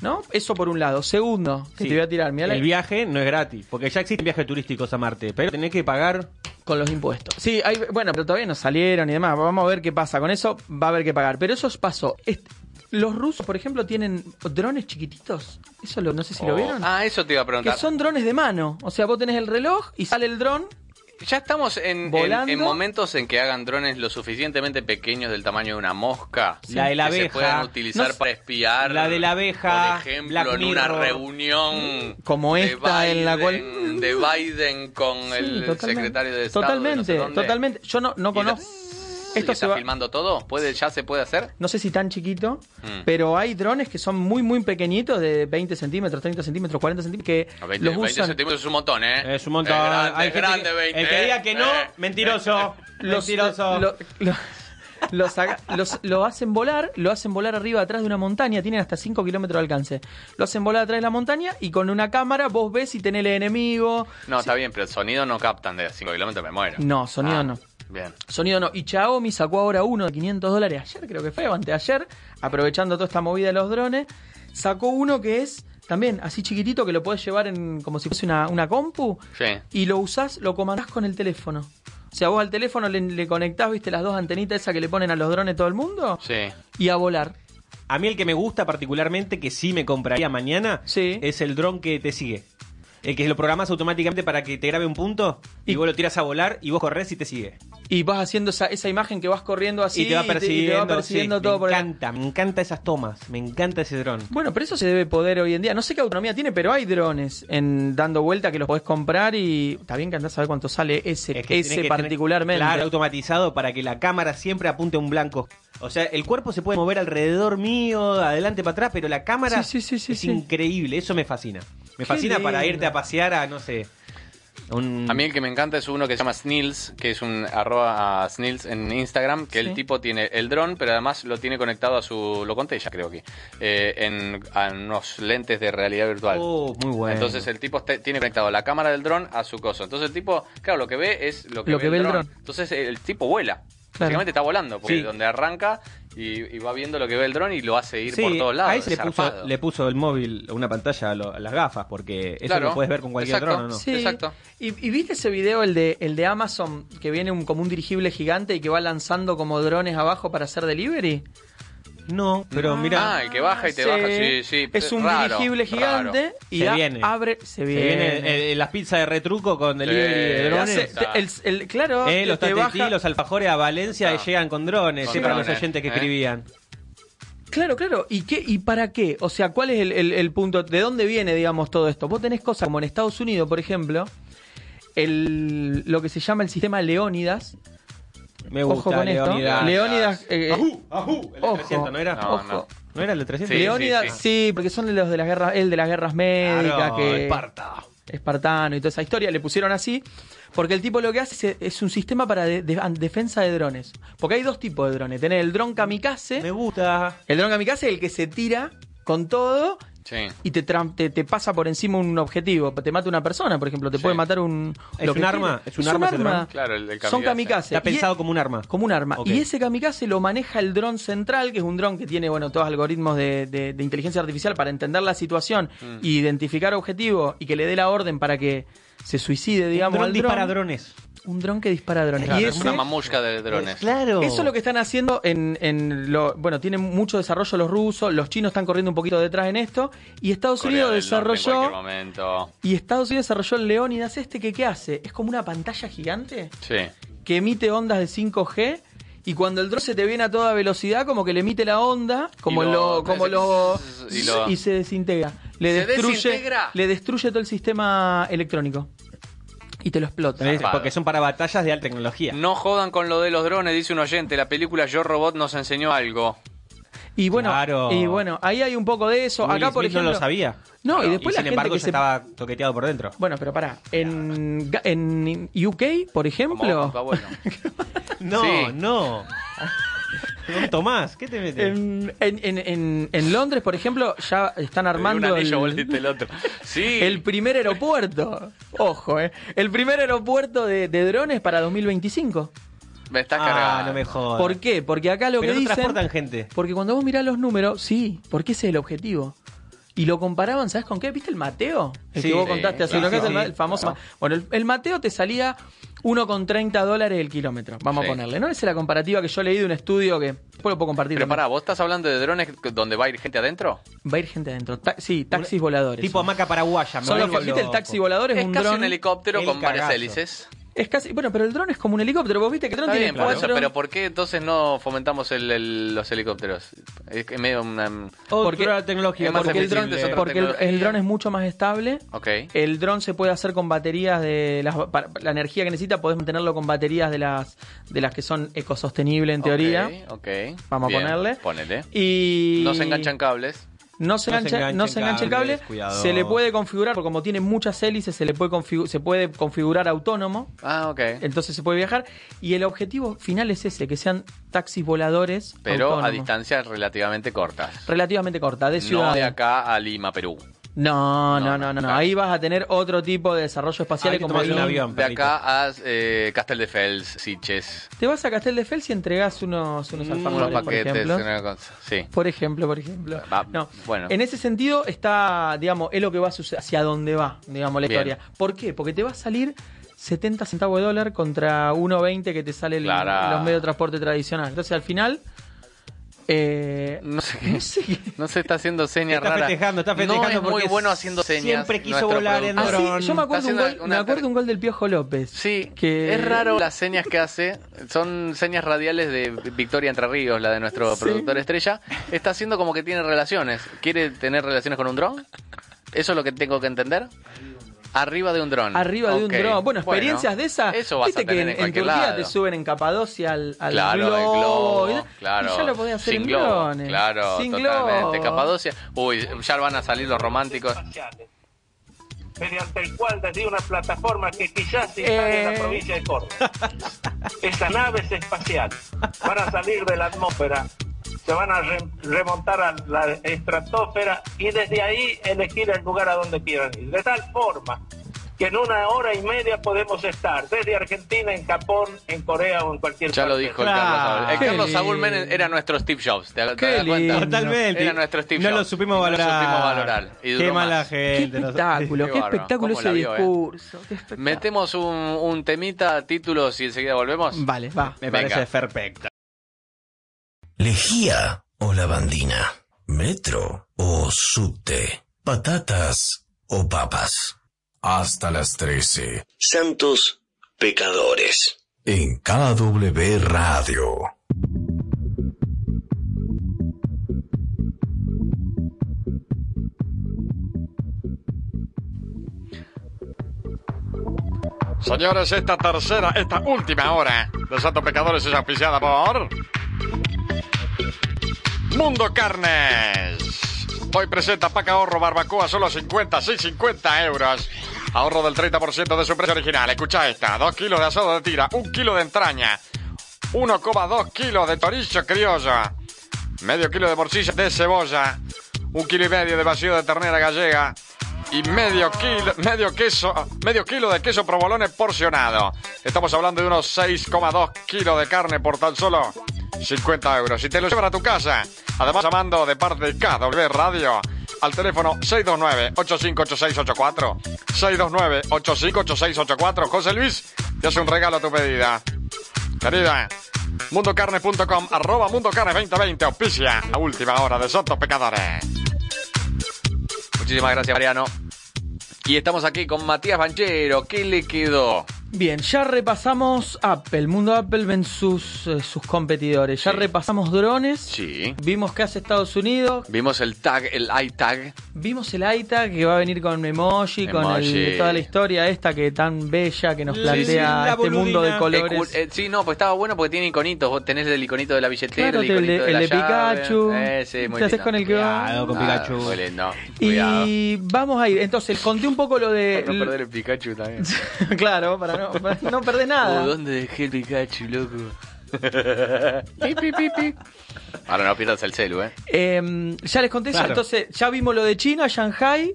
S5: ¿No? Eso por un lado. Segundo, que
S6: Sí.
S5: te voy a tirar, mirá la-
S6: El viaje no es gratis, porque ya existen viajes turísticos a Marte, pero tenés que pagar...
S5: Con los impuestos. Sí, hay, bueno, pero todavía no salieron y demás. Vamos a ver qué pasa. Con eso va a haber que pagar. Pero eso es pasó. Est- los rusos, por ejemplo, tienen drones chiquititos. Eso lo, no sé si lo
S4: Oh.
S5: vieron.
S4: Ah, eso te iba a
S5: que
S4: preguntar.
S5: son drones de mano. O sea, vos tenés el reloj y sale el dron.
S4: Ya estamos en, en-
S5: Volando.
S4: en momentos en que hagan drones lo suficientemente pequeños del tamaño de una mosca.
S6: La de la
S4: que
S6: abeja.
S4: se puedan utilizar
S5: No sé.
S4: para espiar.
S6: La de la abeja,
S4: Por ejemplo,
S6: Black
S4: en una
S6: Mirror.
S4: reunión.
S5: Como
S4: de
S5: esta en la cual-
S4: Biden- De Biden con el secretario de Estado. de no sé
S5: Totalmente,
S4: dónde.
S5: totalmente. Yo no, no
S4: Y la-
S5: conozco.
S4: ¿Y
S5: Esto se
S4: está
S5: va.
S4: filmando todo? ¿Puede, ¿Ya se puede hacer?
S5: No sé si tan chiquito,
S4: Mm.
S5: pero hay drones que son muy, muy pequeñitos, de 20 centímetros, 30 centímetros, 40 centímetros, que
S4: A 20,
S5: los
S4: 20
S5: usan.
S4: centímetros es un montón, ¿eh?
S6: Es un montón.
S4: Es grande,
S6: Hay
S4: es
S6: gente
S4: grande
S6: que-
S4: 20.
S6: El que diga que no,
S4: eh.
S6: mentiroso.
S5: los,
S6: mentiroso.
S5: lo- lo- los haga- los- lo hacen volar, lo hacen volar arriba atrás de una montaña, tienen hasta 5 kilómetros de alcance. Lo hacen volar atrás de la montaña y con una cámara vos ves si tenés el enemigo.
S4: No, está bien, pero el sonido no captan de 5 kilómetros, me muero.
S5: No, sonido
S4: Ah,
S5: no.
S4: Bien.
S5: Sonido no. Y Xiaomi sacó ahora uno de 500 dólares ayer, creo que fue, o anteayer, aprovechando toda esta movida de los drones, sacó uno que es también así chiquitito que lo podés llevar en como si fuese una, una compu
S4: Sí.
S5: y lo usás, lo comandás con el teléfono. O sea, vos al teléfono le, le conectás, viste, las dos antenitas esas que le ponen a los drones todo el mundo
S4: Sí.
S5: y a volar.
S6: A mí el que me gusta particularmente, que sí me compraría mañana,
S5: Sí.
S6: es el dron que te sigue. El que lo programas automáticamente para que te grabe un punto y,
S5: Y-
S6: vos lo tiras a volar y vos corres y te sigue.
S5: Y vas haciendo esa, esa imagen que vas corriendo así
S6: y te va
S5: y
S6: persiguiendo.
S5: te va persiguiendo
S6: sí.
S5: todo
S6: me
S5: por E- el-
S6: encanta, me encanta esas tomas, me encanta ese dron.
S5: Bueno, pero eso se debe poder hoy en día. No sé qué autonomía tiene, pero hay drones en dando vuelta que los podés comprar y está bien que andás a ver cuánto sale ese,
S6: Es que
S5: ese
S6: tenés que-
S5: particularmente.
S6: Claro, automatizado para que la cámara siempre apunte a un blanco. O sea, el cuerpo se puede mover alrededor mío, adelante para atrás, pero la cámara
S5: Sí, sí, sí, sí,
S6: es
S5: sí.
S6: increíble. Eso me fascina. Me
S5: Qué
S6: fascina para
S5: lindo.
S6: irte a pasear a, no sé, Un-
S4: A mí el que me encanta es uno que se llama Snills, que es un arroba Snills en Instagram, que
S5: Sí.
S4: el tipo tiene el dron, pero además lo tiene conectado a su, lo conté ya creo que, eh, en, a unos lentes de realidad virtual.
S6: Oh, muy bueno.
S4: Entonces el tipo está- tiene conectado la cámara del dron a su coso. Entonces el tipo, claro, lo que ve es lo que, ve, el dron. Entonces el tipo vuela. Básicamente está volando, porque
S6: Sí.
S4: donde arranca y, y va viendo lo que ve el dron y lo hace ir
S6: Sí,
S4: por todos lados.
S6: ahí se le puso,
S4: zarpado.
S6: le puso el móvil, una pantalla a, lo- a las gafas, porque eso
S4: Claro,
S6: lo puedes ver con cualquier
S4: exacto.
S6: dron o no.
S5: Sí.
S4: Exacto.
S5: ¿Y, y viste ese video, el de, el de Amazon, que viene un, como un dirigible gigante y que va lanzando como drones abajo para hacer delivery?
S6: No, pero
S4: Ah,
S6: mira,
S4: el que baja y te baja, sí, sí.
S5: Es un
S4: raro,
S5: dirigible
S4: raro.
S5: gigante y
S6: Se
S5: da-
S6: viene.
S5: abre. Se
S6: se
S5: viene.
S6: vienen eh, las pizzas de retruco con delivery de
S4: Sí.
S5: Te
S6: drones.
S5: hace- te- el- el- claro,
S6: Eh, los
S5: te
S6: tatetí,
S5: baja-
S6: los alfajores a Valencia
S4: Está.
S6: llegan con drones,
S4: Ah. Con
S6: siempre los
S4: drones,
S6: oyentes que
S4: eh.
S6: escribían.
S5: Claro, claro. ¿Y qué y para qué? O sea, ¿cuál es el, el- el punto? ¿De dónde viene, digamos, todo esto? Vos tenés cosas como en Estados Unidos, por ejemplo, el, lo que se llama el sistema Leónidas.
S6: Me gusta,
S5: Ojo con
S6: Leonidas.
S5: esto. Leónidas. eh,
S6: Ajú, ajú, el de
S5: Ojo.
S6: 300, ¿no era?
S4: No,
S5: Ojo.
S4: no.
S6: ¿No era el E de 300?
S4: Sí,
S5: Leónidas, sí,
S4: sí, sí.
S5: porque son los de las guerras, el de las guerras médicas,
S6: Claro,
S5: que
S6: Esparta.
S5: espartano y toda esa historia, le pusieron así, porque el tipo lo que hace es, es un sistema para de- de- defensa de drones. Porque hay dos tipos de drones, tenés el dron kamikaze,
S6: Me gusta.
S5: el dron kamikaze es el que se tira con todo
S4: Sí.
S5: y te, tram- te, te pasa por encima un objetivo, te mata una persona, por ejemplo, te
S4: Sí.
S5: puede matar un...
S6: ¿Es
S5: lo que
S6: un arma?
S5: quiera.
S6: ¿Es un arma ese dron?
S4: Claro, el- el
S5: Son
S4: kamikaze.
S5: kamikazes.
S6: Está
S5: Y
S6: pensado
S5: es-
S6: como un arma.
S5: como un arma.
S6: Ok.
S5: Y ese kamikaze lo maneja el dron central, que es un dron que tiene, bueno, todos algoritmos de, de- de inteligencia artificial para entender la situación
S4: Mm.
S5: y identificar objetivos y que le dé la orden para que se suicide, digamos,
S6: un dron
S5: al
S6: dispara drones.
S5: Un dron que dispara drones.
S4: Claro,
S5: y
S4: es
S5: ese-
S4: una mamushka de drones.
S6: Claro.
S5: eso es lo que están haciendo en, en lo, bueno, tienen mucho desarrollo los rusos, los chinos están corriendo un poquito detrás en esto y Estados
S4: Corea
S5: Unidos
S4: del Norte en cualquier
S5: desarrolló
S4: momento.
S5: y Estados Unidos desarrolló el Leónidas este que qué hace? Es como una pantalla gigante
S4: Sí.
S5: que emite ondas de 5G y cuando el dron se te viene a toda velocidad como que le emite la onda como
S4: Y lo-
S5: lo como lo
S4: y lo-
S5: y se desintegra le
S4: ¿Se
S5: destruye
S4: desintegra?
S5: le destruye todo el sistema electrónico y te lo explota
S6: ¿Ves? Porque son para batallas de alta tecnología.
S4: No jodan con lo de los drones, dice un oyente. La película Yo Robot nos enseñó algo.
S5: y bueno
S6: Claro.
S5: y bueno ahí hay un poco de eso
S6: Will
S5: acá por
S6: Smith
S5: ejemplo
S6: no lo sabía.
S5: No, y después la gente
S6: sin embargo
S5: que
S6: ya
S5: se-
S6: estaba toqueteado por dentro.
S5: bueno pero pará en Ga- en UK por
S4: Como
S5: ejemplo
S4: vos con tu abuelo.
S6: No,
S4: Sí.
S6: no. Don Tomás, ¿qué te metes?
S5: En, en- en- en- en Londres, por ejemplo, ya están armando
S4: Un anillo, vos
S5: el,
S4: le diste el otro. Sí.
S5: el primer aeropuerto. Ojo, eh. El primer aeropuerto de, de drones para 2025.
S4: Me estás
S6: ah,
S4: cargando.
S6: no me jodas.
S5: ¿Por qué? Porque acá lo
S6: Pero
S5: que
S6: no
S5: dicen...
S6: transportan gente.
S5: Porque cuando vos mirás los números, sí, porque ese es el objetivo. Y lo comparaban, ¿sabes con qué? ¿Viste el Mateo? El
S6: Sí,
S5: que vos
S6: sí,
S5: contaste hace
S4: claro,
S5: unos meses,
S6: sí,
S5: el famoso... Bueno, el, el Mateo te salía 1,30 dólares el kilómetro, vamos
S4: Sí.
S5: a ponerle, ¿no? Esa es la comparativa que yo leí de un estudio que... Después lo puedo compartir.
S4: Pero
S5: también.
S4: pará, ¿vos estás hablando de drones donde va a ir gente adentro?
S5: Va a ir gente adentro. Ta- sí, taxis voladores.
S6: Tipo hamaca paraguaya. me
S5: Son los
S6: vuelvo
S5: que- ¿viste el
S6: loco.
S5: taxi volador? Es,
S4: Es
S5: un
S4: casi
S5: dron.
S4: un helicóptero
S6: El
S4: con varias
S6: cagazo.
S4: hélices.
S5: Es casi, bueno, pero el dron es como un helicóptero. Vos viste que el dron
S4: Está
S5: tiene
S4: bien, por eso,
S5: cuatro-
S4: pero ¿por qué entonces no fomentamos el- el- los helicópteros? Es que medio una...
S5: Porque- eh,
S6: Otra tecnología.
S4: es más
S5: porque el dron,
S4: eficiente, es otra
S5: porque el,
S4: tecnología.
S5: el dron es mucho más estable.
S4: Ok.
S5: El dron se puede hacer con baterías de las, para- la energía que necesita, podés mantenerlo con baterías de las de las que son ecosostenibles en teoría.
S4: Ok, ok.
S5: Vamos
S4: Bien,
S5: a ponerle.
S4: Ponele.
S5: Y
S4: No se enganchan cables.
S5: No se, engancha, no se engancha el cable,
S6: cables, cuidado.
S5: se le puede configurar, porque como tiene muchas hélices, se le puede configu- se puede configurar autónomo.
S4: Ah, ok.
S5: Entonces se puede viajar. Y el objetivo final es ese, que sean taxis voladores.
S4: Pero a
S5: autónomos.
S4: distancias relativamente cortas.
S5: Relativamente corta, de ciudad.
S4: No de acá a Lima, Perú. No,
S5: No, no,
S4: no,
S5: no, no, no.
S4: claro.
S5: Ahí vas a tener otro tipo de desarrollo espacial
S6: Ahí te
S5: como
S6: tomás un
S5: el-
S6: avión.
S4: De
S6: perrito.
S4: acá a eh, Casteldefels, Siches.
S5: Te vas a Castel de Fels y entregás unos, unos
S4: Mm, Unos
S5: alfajores, Mm, por
S4: paquetes.
S5: ejemplo.
S4: una cosa. Sí.
S5: Por ejemplo, por ejemplo.
S4: Va,
S5: No.
S4: bueno.
S5: En ese sentido está, digamos, es lo que va a suceder, hacia dónde va, digamos, la
S4: Bien.
S5: historia. ¿Por qué? Porque te va a salir 70 centavos de dólar contra 1.20 que te sale el-
S4: Clara.
S5: los medios de transporte tradicional. Entonces, al final... eh,
S4: No sé qué.
S5: no sé qué-
S4: No se está haciendo señas
S6: Está
S4: raras.
S6: festejando, está festejando
S4: No es muy
S6: porque
S4: bueno haciendo señas.
S6: siempre quiso
S4: nuestro
S6: volar en
S5: Ah,
S4: productor.
S5: sí,
S6: dron.
S5: yo me acuerdo,
S4: Está
S5: un
S4: haciendo
S5: gol,
S4: una
S5: me acuerdo
S4: tar-
S5: un gol del Piojo López.
S4: Sí,
S5: que
S4: es raro las señas que hace. Son señas radiales de Victoria Entre Ríos, la de nuestro
S5: Sí.
S4: productor estrella. Está haciendo como que tiene relaciones. ¿Quiere tener relaciones con un dron? ¿Eso es lo que tengo que entender? Arriba de un dron.
S5: Arriba de
S4: Ok.
S5: un dron. Bueno, experiencias de esas.
S4: Eso vas
S5: Viste
S4: a tener
S5: que
S4: en
S5: en, en
S4: cualquier
S5: Turquía
S4: lado.
S5: te suben en Capadocia al, al
S4: claro, el
S5: globo.
S4: globo,
S5: y-
S4: claro.
S5: y ya lo podés hacer
S4: Sin
S5: en
S4: globo,
S5: drones.
S4: Claro,
S5: Sin
S4: totalmente.
S5: globo.
S4: Capadocia. Uy, ya van a salir los románticos.
S7: mediante el cual desde una plataforma que quizás se instale en
S5: Eh.
S7: la provincia de Córdoba. Estas naves espaciales van a salir de la atmósfera, se van a re- remontar a la estratosfera y desde ahí elegir el lugar a donde quieran ir. De tal forma que en una hora y media podemos estar desde Argentina, en Japón, en Corea o en cualquier
S4: Ya lo
S7: parte.
S4: dijo el
S6: Claro.
S4: Carlos Saúl. El
S5: Qué
S4: Carlos Saúl
S5: lindo.
S4: Menem era nuestro Steve Jobs. ¿Te, te
S5: Qué
S4: das cuenta?
S5: lindo.
S6: Totalmente.
S4: Era nuestro Steve
S6: No
S4: Jobs.
S6: lo supimos
S4: No lo
S6: valorar.
S4: supimos valorar. Y duró
S6: Qué
S4: más.
S6: mala
S5: Qué
S6: gente. no-
S5: espectáculo,
S4: Qué
S5: qué,
S4: bárbaro.
S5: espectáculo
S4: ¿Cómo
S5: ese
S4: la vio, eh?
S5: discurso. qué espectáculo.
S4: Metemos un, un temita, títulos y enseguida volvemos.
S5: Vale, va.
S6: Me
S4: Venga.
S6: parece perfecto.
S1: Lejía o lavandina. Metro o subte. Patatas o papas. Hasta las 13.
S2: Santos pecadores.
S1: En KW Radio.
S8: Señores, esta tercera, esta última hora de Santos Pecadores es auspiciada por Mundo Carnes. Hoy presenta pack ahorro barbacoa solo 50, 650 euros. Ahorro del 30% de su precio original. Escucha esta: 2 kilos de asado de tira, 1 kilo de entraña, 1,2 kilos de torillo criollo, medio kilo de morcilla de cebolla, un kilo y medio de vacío de ternera gallega y medio kilo, medio queso, medio kilo de queso provolone porcionado. Estamos hablando de unos 6,2 kilos de carne por tan solo 50 euros. Y te lo llevan a tu casa. Además, llamando de parte de KW Radio al teléfono 629-858684. 629-858684. José Luis, te hace un regalo a tu pedida. Querida, mundocarne.com, arroba mundocarne2020, auspicia a última hora de Santos Pecadores.
S4: Muchísimas gracias, Mariano. Y estamos aquí con Matías Banchero. ¿Qué le quedó?
S5: Bien, ya repasamos Apple, mundo Apple ven sus, eh, sus competidores. Ya
S4: Sí.
S5: repasamos drones.
S4: Sí.
S5: Vimos qué hace Estados Unidos.
S4: Vimos el tag, el iTag.
S5: Vimos el AITA que va a venir con emoji, con el-
S4: Emoji.
S5: toda la historia esta que tan bella que nos
S6: Sí,
S5: plantea
S6: sí, la
S5: este mundo de
S6: boludina.
S5: colores.
S4: Eh, cu- eh, sí, no, pues estaba bueno porque tiene iconitos. Vos tenés el iconito de la billetera,
S5: Claro,
S4: el
S5: te- el
S4: iconito de
S5: de-
S4: la
S5: el de
S4: llave.
S5: Pikachu.
S4: Eh, sí, muy
S5: Te haces
S4: lindo.
S5: con el que va.
S6: Cuidado con
S4: Ah,
S6: Pikachu.
S4: muy lindo. Cuidado.
S5: y eh, vamos a ir. Entonces, conté un poco lo de.
S4: Para no perder el Pikachu también.
S5: claro, para no, para no perder
S4: Uh,
S5: nada.
S4: ¿Dónde dejé el Pikachu, loco? Ahora no pierdas el celu, ¿eh?
S5: Eh, ya les conté eso.
S6: Claro.
S5: Entonces, ya vimos lo de China, Shanghai.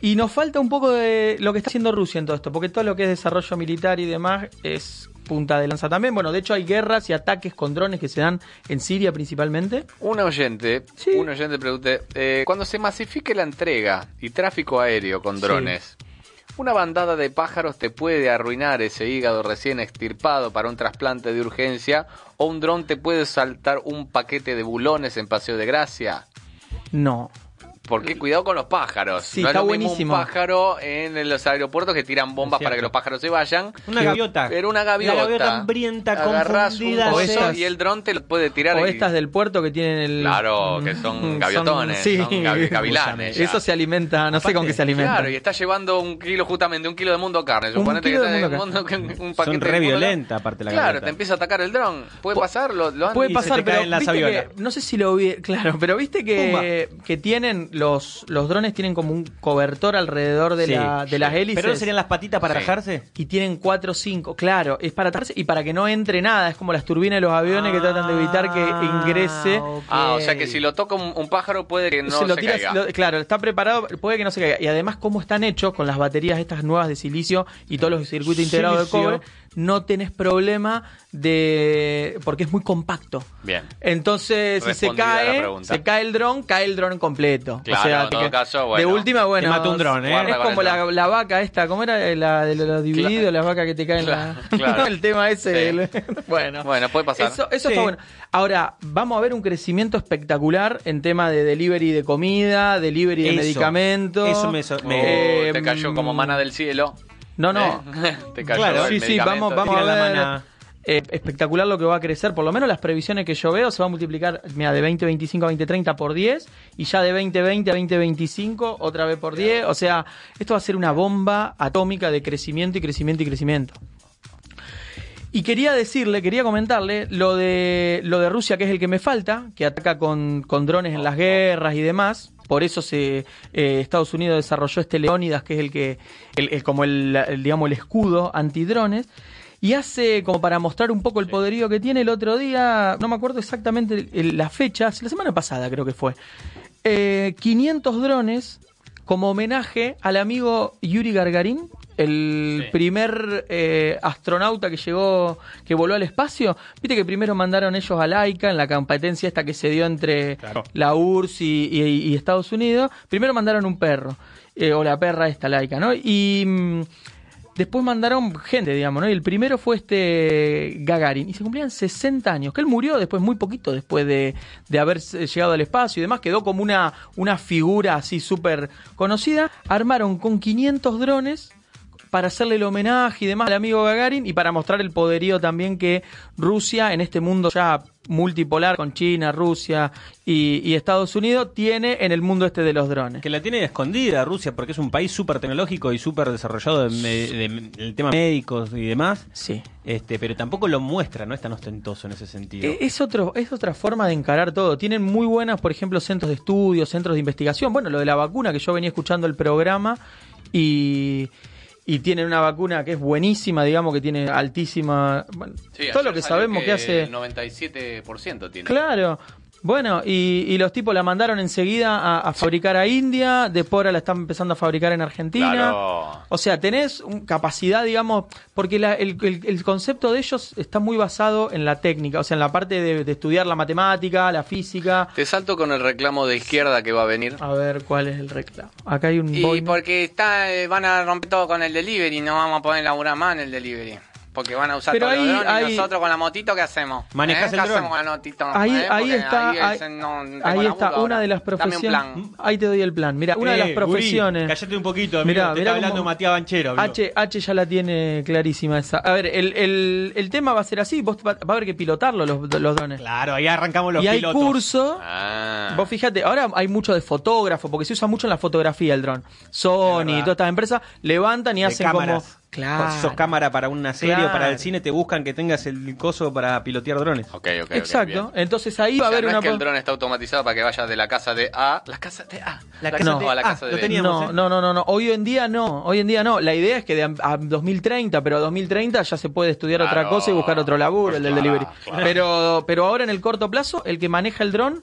S5: Y nos falta un poco de lo que está haciendo Rusia en todo esto. Porque todo lo que es desarrollo militar y demás es punta de lanza también. Bueno, de hecho, hay guerras y ataques con drones que se dan en Siria principalmente.
S4: Un oyente,
S5: Sí.
S4: un oyente pregunté, eh, cuando se masifique la entrega y tráfico aéreo con drones, ¿una bandada de pájaros te puede arruinar ese hígado recién extirpado para un trasplante de urgencia o un dron te puede saltar un paquete de bulones en Paseo de Gracia?
S5: No.
S4: Porque cuidado con los pájaros.
S5: Sí,
S4: no
S5: está
S4: es lo mismo
S5: buenísimo.
S4: un pájaro en los aeropuertos que tiran bombas
S6: Es
S4: para
S6: cierto.
S4: que los pájaros se vayan.
S6: Una
S5: Sí.
S6: gaviota.
S4: Pero una gaviota.
S6: Una gaviota hambrienta,
S4: Agarrás
S6: confundida.
S4: un
S5: O
S4: coso
S5: estas-
S4: y el dron te lo puede tirar.
S5: O
S4: y-
S5: estas del puerto que tienen el. Mm,
S4: Claro, que son gaviotones, son gavi- gavilanes, ya.
S5: Eso se alimenta, no sé con qué se alimenta.
S4: Claro, y está llevando un kilo justamente, un kilo de mundo carne.
S5: Un
S4: Suponete
S5: kilo
S4: que
S5: de
S4: está
S5: mundo
S4: en un, un paquete
S6: Son
S4: de
S6: re
S4: mundo
S6: violenta,
S4: carne.
S6: aparte la
S4: Claro,
S6: gaviota.
S4: te empieza a atacar el dron. Puede
S5: Pu-
S4: pasar, lo, lo han-
S5: Puede
S6: Y se
S5: pasar,
S6: te
S5: pero
S6: caen las
S5: viste
S6: aviolas.
S5: que- no sé si lo vi, claro, pero viste que, que tienen los, los drones tienen como un cobertor alrededor de,
S6: Sí.
S5: la- de las hélices
S6: ¿Pero no serían las patitas para
S4: Sí.
S6: rajarse?
S5: y tienen 4 o 5, claro, es para atarse y para que no entre nada, es como las turbinas de los aviones que tratan de evitar que ingrese.
S6: ok.
S4: Ah, o sea que si lo toca un, un pájaro puede que no
S5: Eh. Se
S4: se,
S5: lo tiras-
S4: caiga.
S5: lo- claro, está preparado, puede que no se caiga. Y además, como están hechos con las baterías estas nuevas de silicio y todos los circuitos integrados de
S6: Silicio.
S5: cobre, no tenés problema de. porque es muy compacto.
S4: Bien.
S5: Entonces, si se
S4: Respondida la
S5: cae,
S4: pregunta.
S5: se cae el dron, cae el dron completo.
S4: Claro, en todo
S5: que-
S4: caso, bueno,
S5: de última, bueno.
S6: mata un dron, ¿eh?
S5: Es
S4: Guarda con
S5: como
S4: el
S5: la,
S4: dron.
S5: la vaca esta, ¿cómo era Eh, la de los divididos, las vacas que te caen? la-
S4: Claro, claro.
S5: el tema ese.
S4: Sí.
S5: el- bueno.
S4: Bueno, puede pasar.
S5: Eso, eso
S6: Sí.
S5: está bueno. Ahora, vamos a ver un crecimiento espectacular en tema de delivery de comida, delivery de
S6: Eso.
S5: medicamentos.
S6: Eso me so-
S4: Oh,
S6: me-
S5: Eh,
S4: te cayó como mana del cielo.
S5: No, no.
S4: ¿Eh? Te cayó
S6: Claro.
S4: el
S5: Sí, sí,
S4: medicamento.
S5: vamos, vamos a
S6: Tira la
S5: ver.
S6: maná.
S5: eh, espectacular lo que va a crecer, por lo menos las previsiones que yo veo, se va a multiplicar, mira, de 2025 a 2030 por 10 y ya de 2020 a 2025 otra vez por 10, o sea, esto va a ser una bomba atómica de crecimiento y crecimiento y crecimiento. Y quería decirle, quería comentarle lo de, lo de Rusia, que es el que me falta, que ataca con, con drones en las guerras y demás. Por eso se, eh, Estados Unidos desarrolló este Leónidas, que es el que, el- el- como el, el, digamos, el escudo antidrones. Y hace, como para mostrar un poco el poderío que tiene, el otro día, no me acuerdo exactamente el- el- la fecha, la semana pasada creo que fue, eh, 500 drones como homenaje al amigo Yuri Gagarin, el primer eh, astronauta que llegó, que voló al espacio. Viste que primero mandaron ellos a Laika en la competencia esta que se dio entre la URSS y, y- y Estados Unidos. Primero mandaron un perro, eh, o la perra esta Laika, ¿no? Y mm, después mandaron gente, digamos, ¿no? Y el primero fue este Gagarin. Y se cumplían 60 años, que él murió después, muy poquito después de, de haber eh, llegado al espacio y demás. Quedó como una, una figura así súper conocida. Armaron con 500 drones para hacerle el homenaje y demás al amigo Gagarin y para mostrar el poderío también que Rusia en este mundo ya multipolar con China, Rusia y, y Estados Unidos tiene en el mundo este de los drones.
S6: Que la tiene escondida Rusia porque es un país súper tecnológico y súper desarrollado en, me- de- en el tema médicos y demás.
S5: Sí.
S6: Este, pero tampoco lo muestra, no es tan ostentoso en ese sentido.
S5: Eh, Es, otro, es otra forma de encarar todo. Tienen muy buenas, por ejemplo, centros de estudio, centros de investigación. Bueno, lo de la vacuna, que yo venía escuchando el programa y, y tienen una vacuna que es buenísima, digamos, que tiene altísima... bueno,
S4: Sí,
S5: todo
S4: ayer
S5: lo que
S4: salió
S5: sabemos que, hace...
S4: El 97% tiene.
S5: Claro. Bueno, y, y los tipos la mandaron enseguida a, a fabricar a India, después ahora la están empezando a fabricar en Argentina.
S4: Claro.
S5: O sea, tenés un- capacidad, digamos, porque la- el, el- el concepto de ellos está muy basado en la técnica, o sea, en la parte de, de estudiar la matemática, la física.
S4: Te salto con el reclamo de izquierda que va a venir.
S5: A ver cuál es el reclamo. Acá hay un...
S4: Y
S5: boina.
S4: porque está, eh, van a romper todo con el delivery, no vamos a poder laburar más en el delivery. Porque van a usar
S5: Pero
S4: todos los
S5: ahí-
S4: drones y
S5: ahí-
S4: nosotros con la motito, ¿qué hacemos?
S6: Manejás
S4: ¿Eh?
S6: el
S4: ¿Qué
S6: dron.
S4: hacemos con la motito?
S5: Ahí,
S4: ¿Eh?
S5: ahí
S4: Porque
S5: está, ahí,
S4: es- no-
S5: ahí
S4: tengo
S5: está
S4: laburo
S5: una
S4: ahora.
S5: de las profesiones.
S4: Dame un plan.
S5: Ahí te doy el plan. Mira, una de las
S6: Eh, gurí,
S5: profesiones.
S6: cállate un poquito, amigo.
S5: Mirá,
S6: Te
S5: mirá
S6: está hablando
S5: cómo-
S6: Matías Banchero. amigo.
S5: H, H ya la tiene clarísima esa. A ver, el, el- el tema va a ser así, vos va, va a haber que pilotarlo los, los drones.
S6: Claro, ahí arrancamos los
S5: y hay
S6: pilotos.
S5: curso.
S4: Ah.
S5: Vos fíjate, ahora hay mucho de fotógrafo, porque se usa mucho en la fotografía el dron. Sony y todas estas empresas levantan y
S6: de
S5: hacen
S6: cámaras.
S5: como. Claro.
S6: Sos cámara para una serie
S5: Claro.
S6: o para el cine, te buscan que tengas el coso para pilotear drones.
S4: Ok, ok, ok,
S5: Exacto.
S4: bien.
S5: Entonces ahí
S4: O
S5: va
S4: sea,
S5: a haber
S4: no
S5: una.
S4: es que el
S5: po-
S4: dron está automatizado para que vaya de la casa de A la casa de A la
S6: La casa
S5: de
S4: o a la
S6: A,
S4: casa de
S6: lo
S4: B.
S6: tenía.
S5: No,
S6: teníamos, ¿eh?
S5: no, no, no, no. Hoy en día no. Hoy en día no. La idea es que de a, a 2030, pero a 2030 ya se puede estudiar otra
S4: Claro.
S5: cosa y buscar otro laburo, el del
S4: Claro,
S5: delivery.
S4: claro.
S5: Pero, pero ahora en el corto plazo, el que maneja el dron,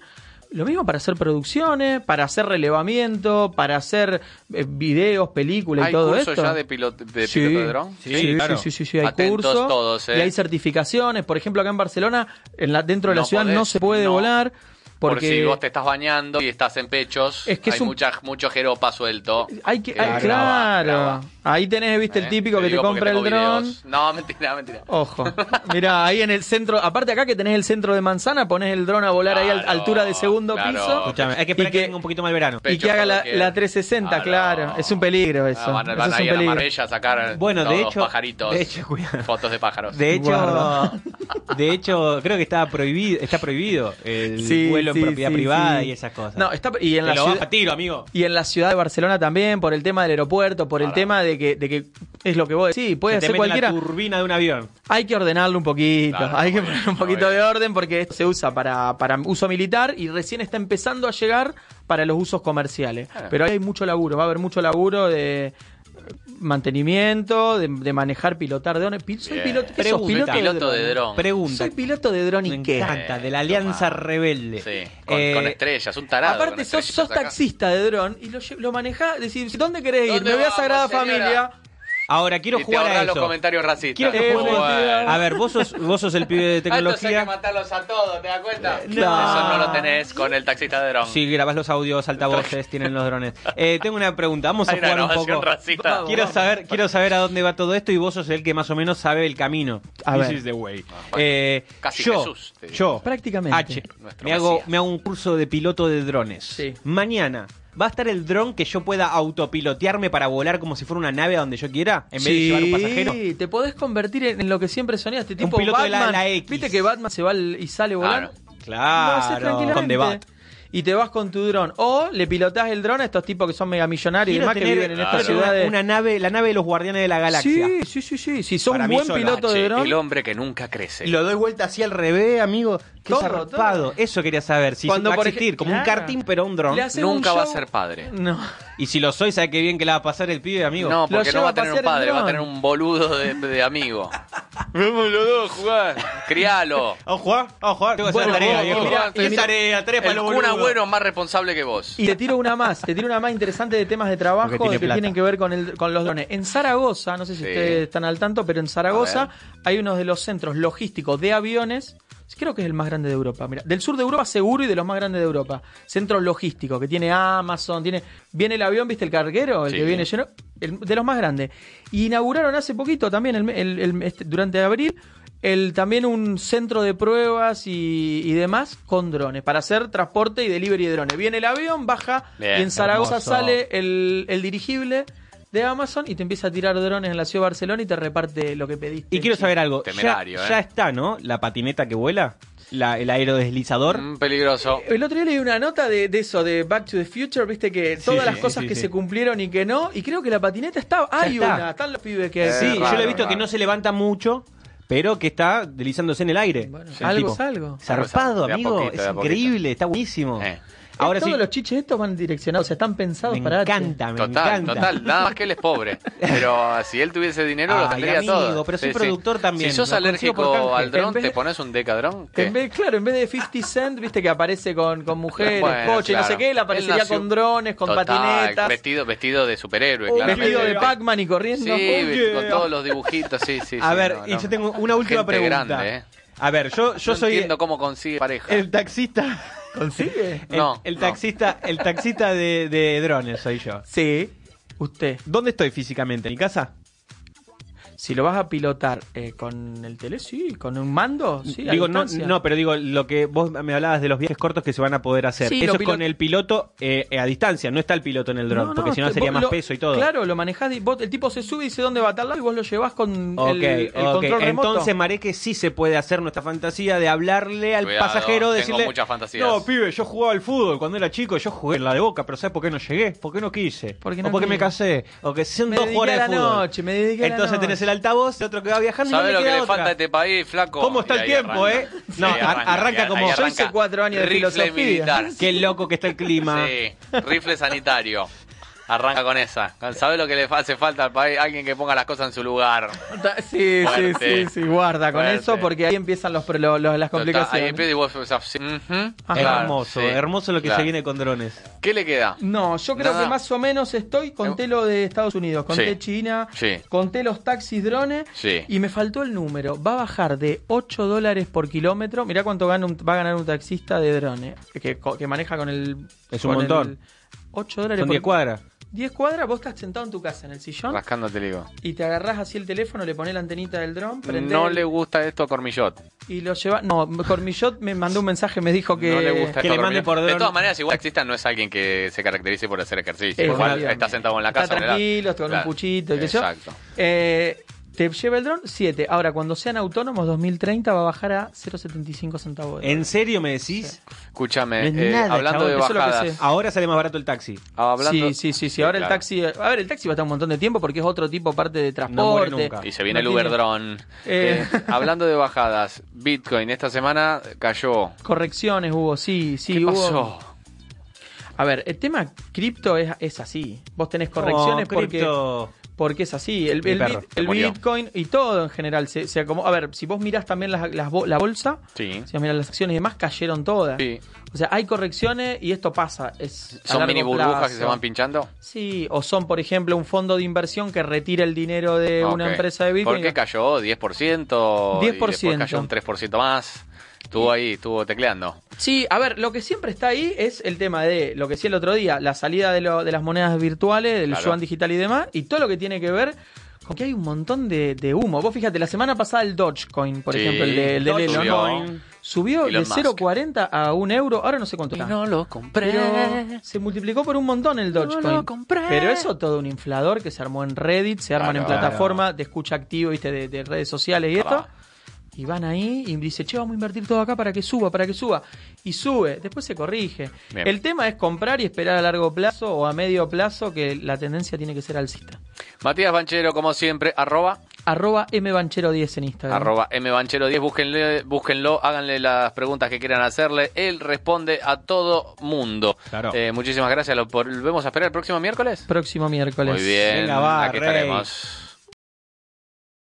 S5: lo mismo para hacer producciones, para hacer relevamiento, para hacer eh, videos, películas
S4: ¿Hay
S5: y todo
S4: curso
S5: esto.
S4: ya de piloto de,
S5: Sí.
S4: piloto de dron?
S5: Sí, sí,
S6: claro.
S5: sí, sí, sí, hay
S4: Atentos
S5: cursos
S4: todos, eh.
S5: y hay certificaciones. Por ejemplo, acá en Barcelona, en la, dentro de la
S4: No
S5: ciudad no
S4: podés,
S5: se puede
S4: no.
S5: volar
S4: Porque...
S5: porque
S4: si vos te estás bañando y estás en pechos,
S5: Es que
S4: hay
S5: es un-
S4: mucha, mucho jeropa suelto.
S5: Hay que,
S4: Eh,
S5: hay-
S4: graba,
S5: claro.
S4: graba,
S5: Ahí tenés, viste,
S4: ¿eh?
S5: el típico que te
S4: digo porque
S5: compra el
S4: tengo
S5: dron.
S4: videos. No, mentira, mentira.
S5: Ojo. Mirá, ahí en el centro, aparte acá que tenés el centro de manzana, ponés el dron a volar ahí a
S4: Claro,
S5: altura de segundo
S4: claro.
S5: piso
S6: Escuchame, hay que
S5: Y
S6: esperar que,
S5: que-
S6: venga un poquito más el verano.
S5: y
S4: Pecho
S5: que haga la,
S4: cuando
S5: la
S4: quiera.
S5: 360,
S4: Ah,
S5: claro.
S4: no.
S5: Es un peligro eso.
S4: Ah, van
S5: Eso
S4: van
S5: es un
S4: ahí a la
S5: peligro.
S4: Marbella a sacar
S6: Bueno, de
S4: todos
S6: hecho,
S4: pajaritos,
S6: de hecho, cuidado.
S4: fotos de pájaros.
S6: De hecho,
S5: Guarda.
S6: de hecho, creo que está prohibido, está prohibido el
S5: Sí,
S6: vuelo
S5: sí,
S6: en propiedad
S5: sí,
S6: privada
S5: sí.
S6: y esas cosas.
S5: No, está, y en
S6: Te
S5: la
S6: lo
S5: ciudad,
S6: baja a tiro, amigo.
S5: Y en la ciudad de Barcelona también, por el tema del aeropuerto, por el tema de que, de que es lo que vos decís, puede
S6: Se te
S5: hacer
S6: mete
S5: cualquiera.
S6: la turbina de un avión.
S5: Hay que ordenarlo un poquito,
S4: Claro,
S5: hay que
S4: obvio,
S5: poner un poquito
S4: obvio.
S5: de orden porque esto se usa para, para uso militar y recién está empezando a llegar para los usos comerciales. Pero ahí hay mucho laburo, va a haber mucho laburo de mantenimiento, de, de manejar, pilotar de drones. Pi- Soy
S4: Bien.
S5: piloto, ¿qué sos? piloto,
S6: Pregunta.
S4: Piloto de
S5: drones?
S4: dron.
S6: Pregunta.
S5: Soy piloto de dron
S6: Me
S5: y qué.
S6: encanta, de la
S4: Eh,
S6: Alianza
S4: toma.
S6: Rebelde.
S4: Sí, con,
S6: Eh,
S4: con
S5: este-
S4: estrellas, un tarado. con
S5: Aparte, sos,
S4: estrellas
S5: sos
S4: acá.
S5: taxista de dron y lo, lle- lo manejás, decís, ¿dónde querés ir?
S4: ¿Dónde
S5: Me voy a
S4: vamos,
S5: Sagrada
S4: señora?
S5: Familia.
S6: Ahora quiero
S4: y te
S6: jugar a
S4: ahorras
S6: eso.
S4: los comentarios racistas.
S6: Quiero que
S5: Eh, Ah,
S6: juegues-
S5: bueno.
S6: A ver, vos sos, vos sos el pibe
S4: Altos
S6: de
S4: Ah, hay que
S6: tecnología.
S4: matarlos a todos, ¿te das cuenta?
S5: Eh, no.
S4: Eso no lo tenés con el taxista de dron.
S6: Si grabás los audios, altavoces, tienen los drones. Eh, tengo una pregunta, vamos a
S4: Hay una
S6: jugar un
S4: grabación
S6: poco.
S4: racista.
S5: Vamos.
S6: Quiero saber, quiero saber a dónde va todo esto y vos sos el que más o menos sabe el camino.
S5: A
S6: This
S5: ver.
S6: is the way. Eh,
S4: Ah, Casi
S6: yo,
S4: Jesús, te digo.
S6: yo,
S5: Prácticamente.
S6: Oh. H,
S4: Nuestro
S6: me hago,
S4: Mesías.
S6: me hago un curso de piloto de drones.
S5: Sí.
S6: Mañana. ¿Va a estar el dron que yo pueda autopilotearme para volar como si fuera una nave a donde yo quiera? En vez de llevar un pasajero.
S5: Sí, te podés convertir en, en lo que siempre soñaste, tipo
S6: piloto de la-
S5: Batman.
S6: la X.
S5: Viste que Batman se va al- y sale volando.
S6: Claro,
S5: Lo hace tranquilamente.
S6: con debate.
S5: y te vas con tu dron. O le pilotás el dron a estos tipos que son megamillonarios y
S6: Quiero
S5: demás que
S6: tener-
S5: viven en
S6: quiero
S5: estas
S6: tener una-
S5: ciudades.
S6: Una nave, la nave de los guardianes de la galaxia.
S5: Sí, sí, sí, sí. Si sos
S6: Para
S5: un
S6: mí
S5: buen
S6: sola.
S5: piloto
S4: Ah, Che,
S5: de dron.
S4: el hombre que nunca crece.
S6: Y lo doy vuelta así al revés, amigo. Qué
S5: Todo,
S6: zarpado.
S5: todo.
S6: Eso quería saber. Si
S5: Cuando,
S6: va a
S5: por ej-
S6: existir, como un
S5: Claro.
S6: karting, pero un dron.
S5: Le hace- hacen
S4: Nunca
S5: un
S4: va a
S5: show-
S4: ser padre.
S5: No.
S6: Y si lo soy, sabe qué bien que la va a pasar el pibe, amigo.
S4: No,
S5: Lo
S4: porque no
S5: lleva
S4: va
S5: a
S4: a tener un
S5: pasear en
S4: padre, va a
S5: dron.
S4: tener un boludo de, de amigo. Vamos los dos a jugar. Crialo.
S6: Vamos a jugar, vamos a jugar. Tengo que
S5: Bueno,
S6: hacer tarea,
S5: vos-
S6: viejo.
S5: vos mirá,
S6: ¿Qué
S5: y mirá,
S6: tarea? Tarea para
S4: El
S6: los
S4: Kun
S6: boludos.
S4: Agüero es más responsable que vos.
S5: Y te tiro una más, te tiro una más interesante de temas de trabajo
S6: Porque tiene
S5: que
S6: plata.
S5: tienen que ver con, el, con los drones. En Zaragoza, no sé si
S4: Sí.
S5: ustedes están al tanto, pero en
S4: A
S5: Zaragoza
S4: ver.
S5: hay uno de los centros logísticos de aviones. Creo que es el más grande de Europa. Mira, del sur de Europa seguro y de los más grandes de Europa. Centros logísticos que tiene Amazon, tiene viene el avión, viste el carguero, el
S4: Sí.
S5: que viene lleno, el- de los más grandes. Y inauguraron hace poquito también, el- el- el- este- durante abril, el, también un centro de pruebas y, y demás con drones para hacer transporte y delivery de drones. Viene el avión, baja
S4: Bien,
S5: y en Zaragoza
S6: hermoso.
S5: sale el, el dirigible de Amazon y te empieza a tirar drones en la ciudad de Barcelona y te reparte lo que pediste.
S6: Y quiero saber algo. Ya,
S4: Temerario, eh.
S6: ya está, ¿no? La patineta que vuela, la- el aerodeslizador.
S4: Mm, peligroso.
S5: El otro día leí una nota de, de eso, de Back to the Future, viste que todas
S6: sí,
S5: las
S6: sí,
S5: cosas
S6: sí,
S5: que
S6: sí.
S5: se cumplieron y que no, y creo que la patineta está, hay
S6: está.
S5: una, están los pibes que...
S6: sí, yo
S4: raro,
S6: le he visto
S4: raro.
S6: que no se levanta mucho, pero que está deslizándose en el aire.
S5: Bueno,
S6: El
S5: algo
S6: tipo.
S5: es algo.
S6: Zarpado,
S4: De a
S6: amigo.
S4: poquito, de a
S6: es
S4: poquito.
S6: increíble, está buenísimo.
S4: Eh.
S6: Ahora sí,
S5: Todos los chiches estos van direccionados, o sea, están pensados
S6: me
S5: para arte.
S6: encanta, me
S4: Total,
S6: encanta.
S4: total. Nada más que él es pobre. Pero si él tuviese dinero, lo
S6: Ay,
S4: tendría
S6: amigo,
S4: todo.
S6: pero soy productor también,
S4: Si sos
S6: lo consigo por
S4: alérgico
S6: canje.
S4: al dron,
S5: En vez
S4: ¿te
S5: de-
S4: pones un decadrón? ¿Qué?
S5: En vez, claro, en vez de 50 Cent, viste que aparece con, con mujeres,
S4: Bueno,
S5: coches, no
S4: claro.
S5: sé qué, él aparecería
S4: nació-
S5: con drones, con
S4: Total,
S5: patinetas,
S4: Vestido, vestido de superhéroe,
S5: un
S4: claramente.
S5: vestido de
S4: Sí,
S5: Pac-Man y corriendo.
S4: Sí, con todos los dibujitos, sí, sí.
S6: A
S4: sí,
S6: ver,
S4: no,
S6: y
S4: no.
S6: yo tengo una última
S4: Gente
S6: pregunta.
S4: grande, ¿eh?
S6: A ver, yo, yo
S4: no
S6: soy
S4: entiendo cómo consigue pareja.
S6: el taxista.
S5: ¿Consigue?
S6: El,
S4: No,
S6: el
S4: no.
S6: taxista, el taxista de, de drones soy yo.
S5: Sí, usted.
S6: ¿Dónde estoy físicamente? ¿En mi casa?
S5: Si lo vas a pilotar eh, con el tele, sí, con un mando, sí. a
S6: digo, no,
S5: distancia.
S6: no, pero digo, lo que vos me hablabas de los viajes cortos que se van a poder hacer.
S5: Sí,
S6: Eso
S5: lo
S6: es con
S5: pilot-
S6: el piloto eh, eh, a distancia, no está el piloto en el dron,
S5: No, no,
S6: porque si no
S5: te-
S6: sería
S5: vos
S6: más
S5: lo-
S6: peso y todo.
S5: Claro, lo manejás, y vos- el tipo se sube y dice dónde va a tal lado y vos lo llevás con
S6: Ok,
S5: el, el
S6: ok.
S5: control remoto.
S6: Entonces, Mareque sí se puede hacer nuestra fantasía de hablarle al
S4: Cuidado,
S6: pasajero,
S4: tengo
S6: decirle.
S4: muchas fantasías.
S6: No, pibe, yo jugaba al fútbol cuando era chico, yo jugué en la de boca, pero ¿sabes por qué no llegué? ¿Por qué no quise?
S5: ¿Por qué
S6: o
S5: no
S6: porque me
S5: quise?
S6: casé. O que son
S5: Me
S6: dos
S5: dediqué
S6: horas
S5: a
S6: de
S5: la
S6: fútbol.
S5: noche, me dediqué a la
S6: Entonces tenés
S5: noche.
S6: el altavoz, el otro que va viajando. y no
S4: ¿Sabes
S6: le
S4: lo que
S6: queda
S4: le
S6: otra.
S4: falta a este país, flaco?
S6: ¿Cómo está
S4: Y
S6: el
S4: ahí
S6: tiempo,
S4: arranca.
S6: eh? No,
S4: Sí,
S6: ar- arranca
S4: mira,
S6: como-
S4: ahí
S6: Yo hice
S4: arranca.
S5: cuatro años de
S4: Rifle
S5: filosofía.
S4: militar.
S6: Qué loco que está el clima.
S4: Sí, rifle sanitario. Arranca con esa. ¿Sabes lo que le fa- hace falta al país? Alguien que ponga las cosas en su lugar.
S5: Sí, sí,
S4: Fuerte.
S5: sí, sí, guarda con
S4: Fuerte.
S5: eso porque ahí empiezan los, pro- lo- lo- las complicaciones.
S4: Ahí empieza y vos pensás, sí, ujú,
S5: Ajá.
S4: claro,
S6: hermoso,
S4: sí,
S6: hermoso lo que
S4: claro.
S6: se viene con drones.
S4: ¿Qué le queda?
S5: No, yo creo
S4: Nada.
S5: que más o menos estoy, conté
S4: Eh,
S5: lo de Estados Unidos, conté
S4: sí,
S5: China,
S4: sí.
S5: conté los taxis drones
S4: Sí.
S5: y me faltó el número. Va a bajar de 8 dólares por kilómetro. Mirá cuánto gana un- va a ganar un taxista de drones eh, que, co- que maneja con el...
S6: Es un
S5: con
S6: montón.
S5: el 8 dólares
S6: Son
S5: por
S6: 10 cuadras.
S5: 10 cuadras, vos estás sentado en tu casa, en el sillón,
S4: Rascándote el higo.
S5: y te agarrás así el teléfono, le pones la antenita del dron, prendés
S4: No
S5: el-
S4: le gusta esto a Cormillot.
S5: y lo llevas... No, Cormillot me mandó un mensaje, me dijo que...
S4: no le gusta
S6: que
S4: esto
S6: le
S4: a Cormillot.
S6: mande por
S4: De
S6: dron.
S4: todas maneras, igual taxista no es alguien que se caracterice por hacer ejercicio.
S5: Eh,
S4: Igual
S5: obviamente.
S4: está sentado en la
S5: Está
S4: casa. ¿verdad?
S5: tranquilo, está con
S4: Claro.
S5: un puchito y qué sé yo.
S4: Exacto.
S5: Eh, te lleva el dron 7. Ahora, cuando sean autónomos, 2030 va a bajar a 0,75 centavos. de dólar.
S6: ¿En serio me decís?
S4: Escúchame,
S6: No es
S4: eh,
S6: nada,
S4: hablando
S6: chabón,
S4: de
S5: eso es lo que
S4: bajadas. ah,
S5: sé.
S6: Ahora sale más barato el taxi.
S4: hablando-
S5: Sí, sí, sí, sí. Ahora
S4: claro.
S5: el taxi. A ver, el taxi va a estar un montón de tiempo porque es otro tipo parte de
S6: muere
S5: transporte.
S6: nunca.
S4: Y se viene
S5: No
S4: el Uber
S5: tiene-
S4: Drone.
S5: Eh.
S4: Eh, hablando de bajadas, Bitcoin esta semana cayó.
S5: Correcciones hubo, sí, sí.
S4: ¿Qué
S5: hubo.
S4: pasó?
S5: A ver, el tema cripto es, es así. Vos tenés correcciones
S6: No,
S5: porque.
S6: cripto.
S5: Porque es así, el,
S6: Mi
S5: el
S6: perro,
S5: bit-
S4: se
S5: el
S4: murió.
S5: Bitcoin y todo en general. Se, se acomodó. a ver, si vos mirás también las, las bo- la bolsa,
S4: Sí.
S5: si vos mirás las acciones y demás, cayeron todas.
S4: Sí.
S5: O sea, hay correcciones y esto pasa. Es a
S4: ¿Son
S5: largo
S4: mini burbujas
S5: plazo.
S4: que se van pinchando?
S5: Sí, o son, por ejemplo, un fondo de inversión que retira el dinero de
S4: Ah,
S5: una
S4: ok.
S5: empresa de Bitcoin.
S4: ¿Por qué cayó? ¿10%? Y después
S5: 10%.
S4: cayó un 3% más. Estuvo ahí, estuvo tecleando.
S5: Sí, a ver, lo que siempre está ahí es el tema de lo que decía el otro día, la salida de, lo- de las monedas virtuales, del
S4: Claro.
S5: yuan digital y demás, y todo lo que tiene que ver con que hay un montón de, de humo. Vos fíjate, la semana pasada el Dogecoin, por
S4: Sí,
S5: ejemplo, el de, el de
S4: Dogecoin.
S5: Elon, subió
S4: Elon
S5: de
S4: Musk.
S5: 0,40 a 1 euro, ahora no sé cuánto está.
S4: lo compré.
S5: Pero se multiplicó por un montón el Dogecoin.
S4: lo compré.
S5: Pero eso todo un inflador que se armó en Reddit, se arman
S4: Claro.
S5: en plataformas de escucha activa, viste, de, de redes sociales y
S4: Claro.
S5: esto. Y Y van ahí y dice, che, vamos a invertir todo acá para que suba, para que suba. Y sube, después se corrige.
S4: Bien.
S5: El tema es comprar y esperar a largo plazo o a medio plazo que la tendencia tiene que ser alcista.
S4: Matías Banchero, como siempre, arroba,
S5: Arroba mbanchero10 en Instagram.
S4: arroba mbanchero10, búsquenle, búsquenlo, háganle las preguntas que quieran hacerle, él responde a todo mundo.
S6: Claro.
S4: Eh, muchísimas gracias, lo volvemos a esperar el próximo miércoles.
S5: Próximo miércoles.
S4: Muy bien,
S6: Venga, va,
S4: aquí
S6: Rey.
S4: estaremos.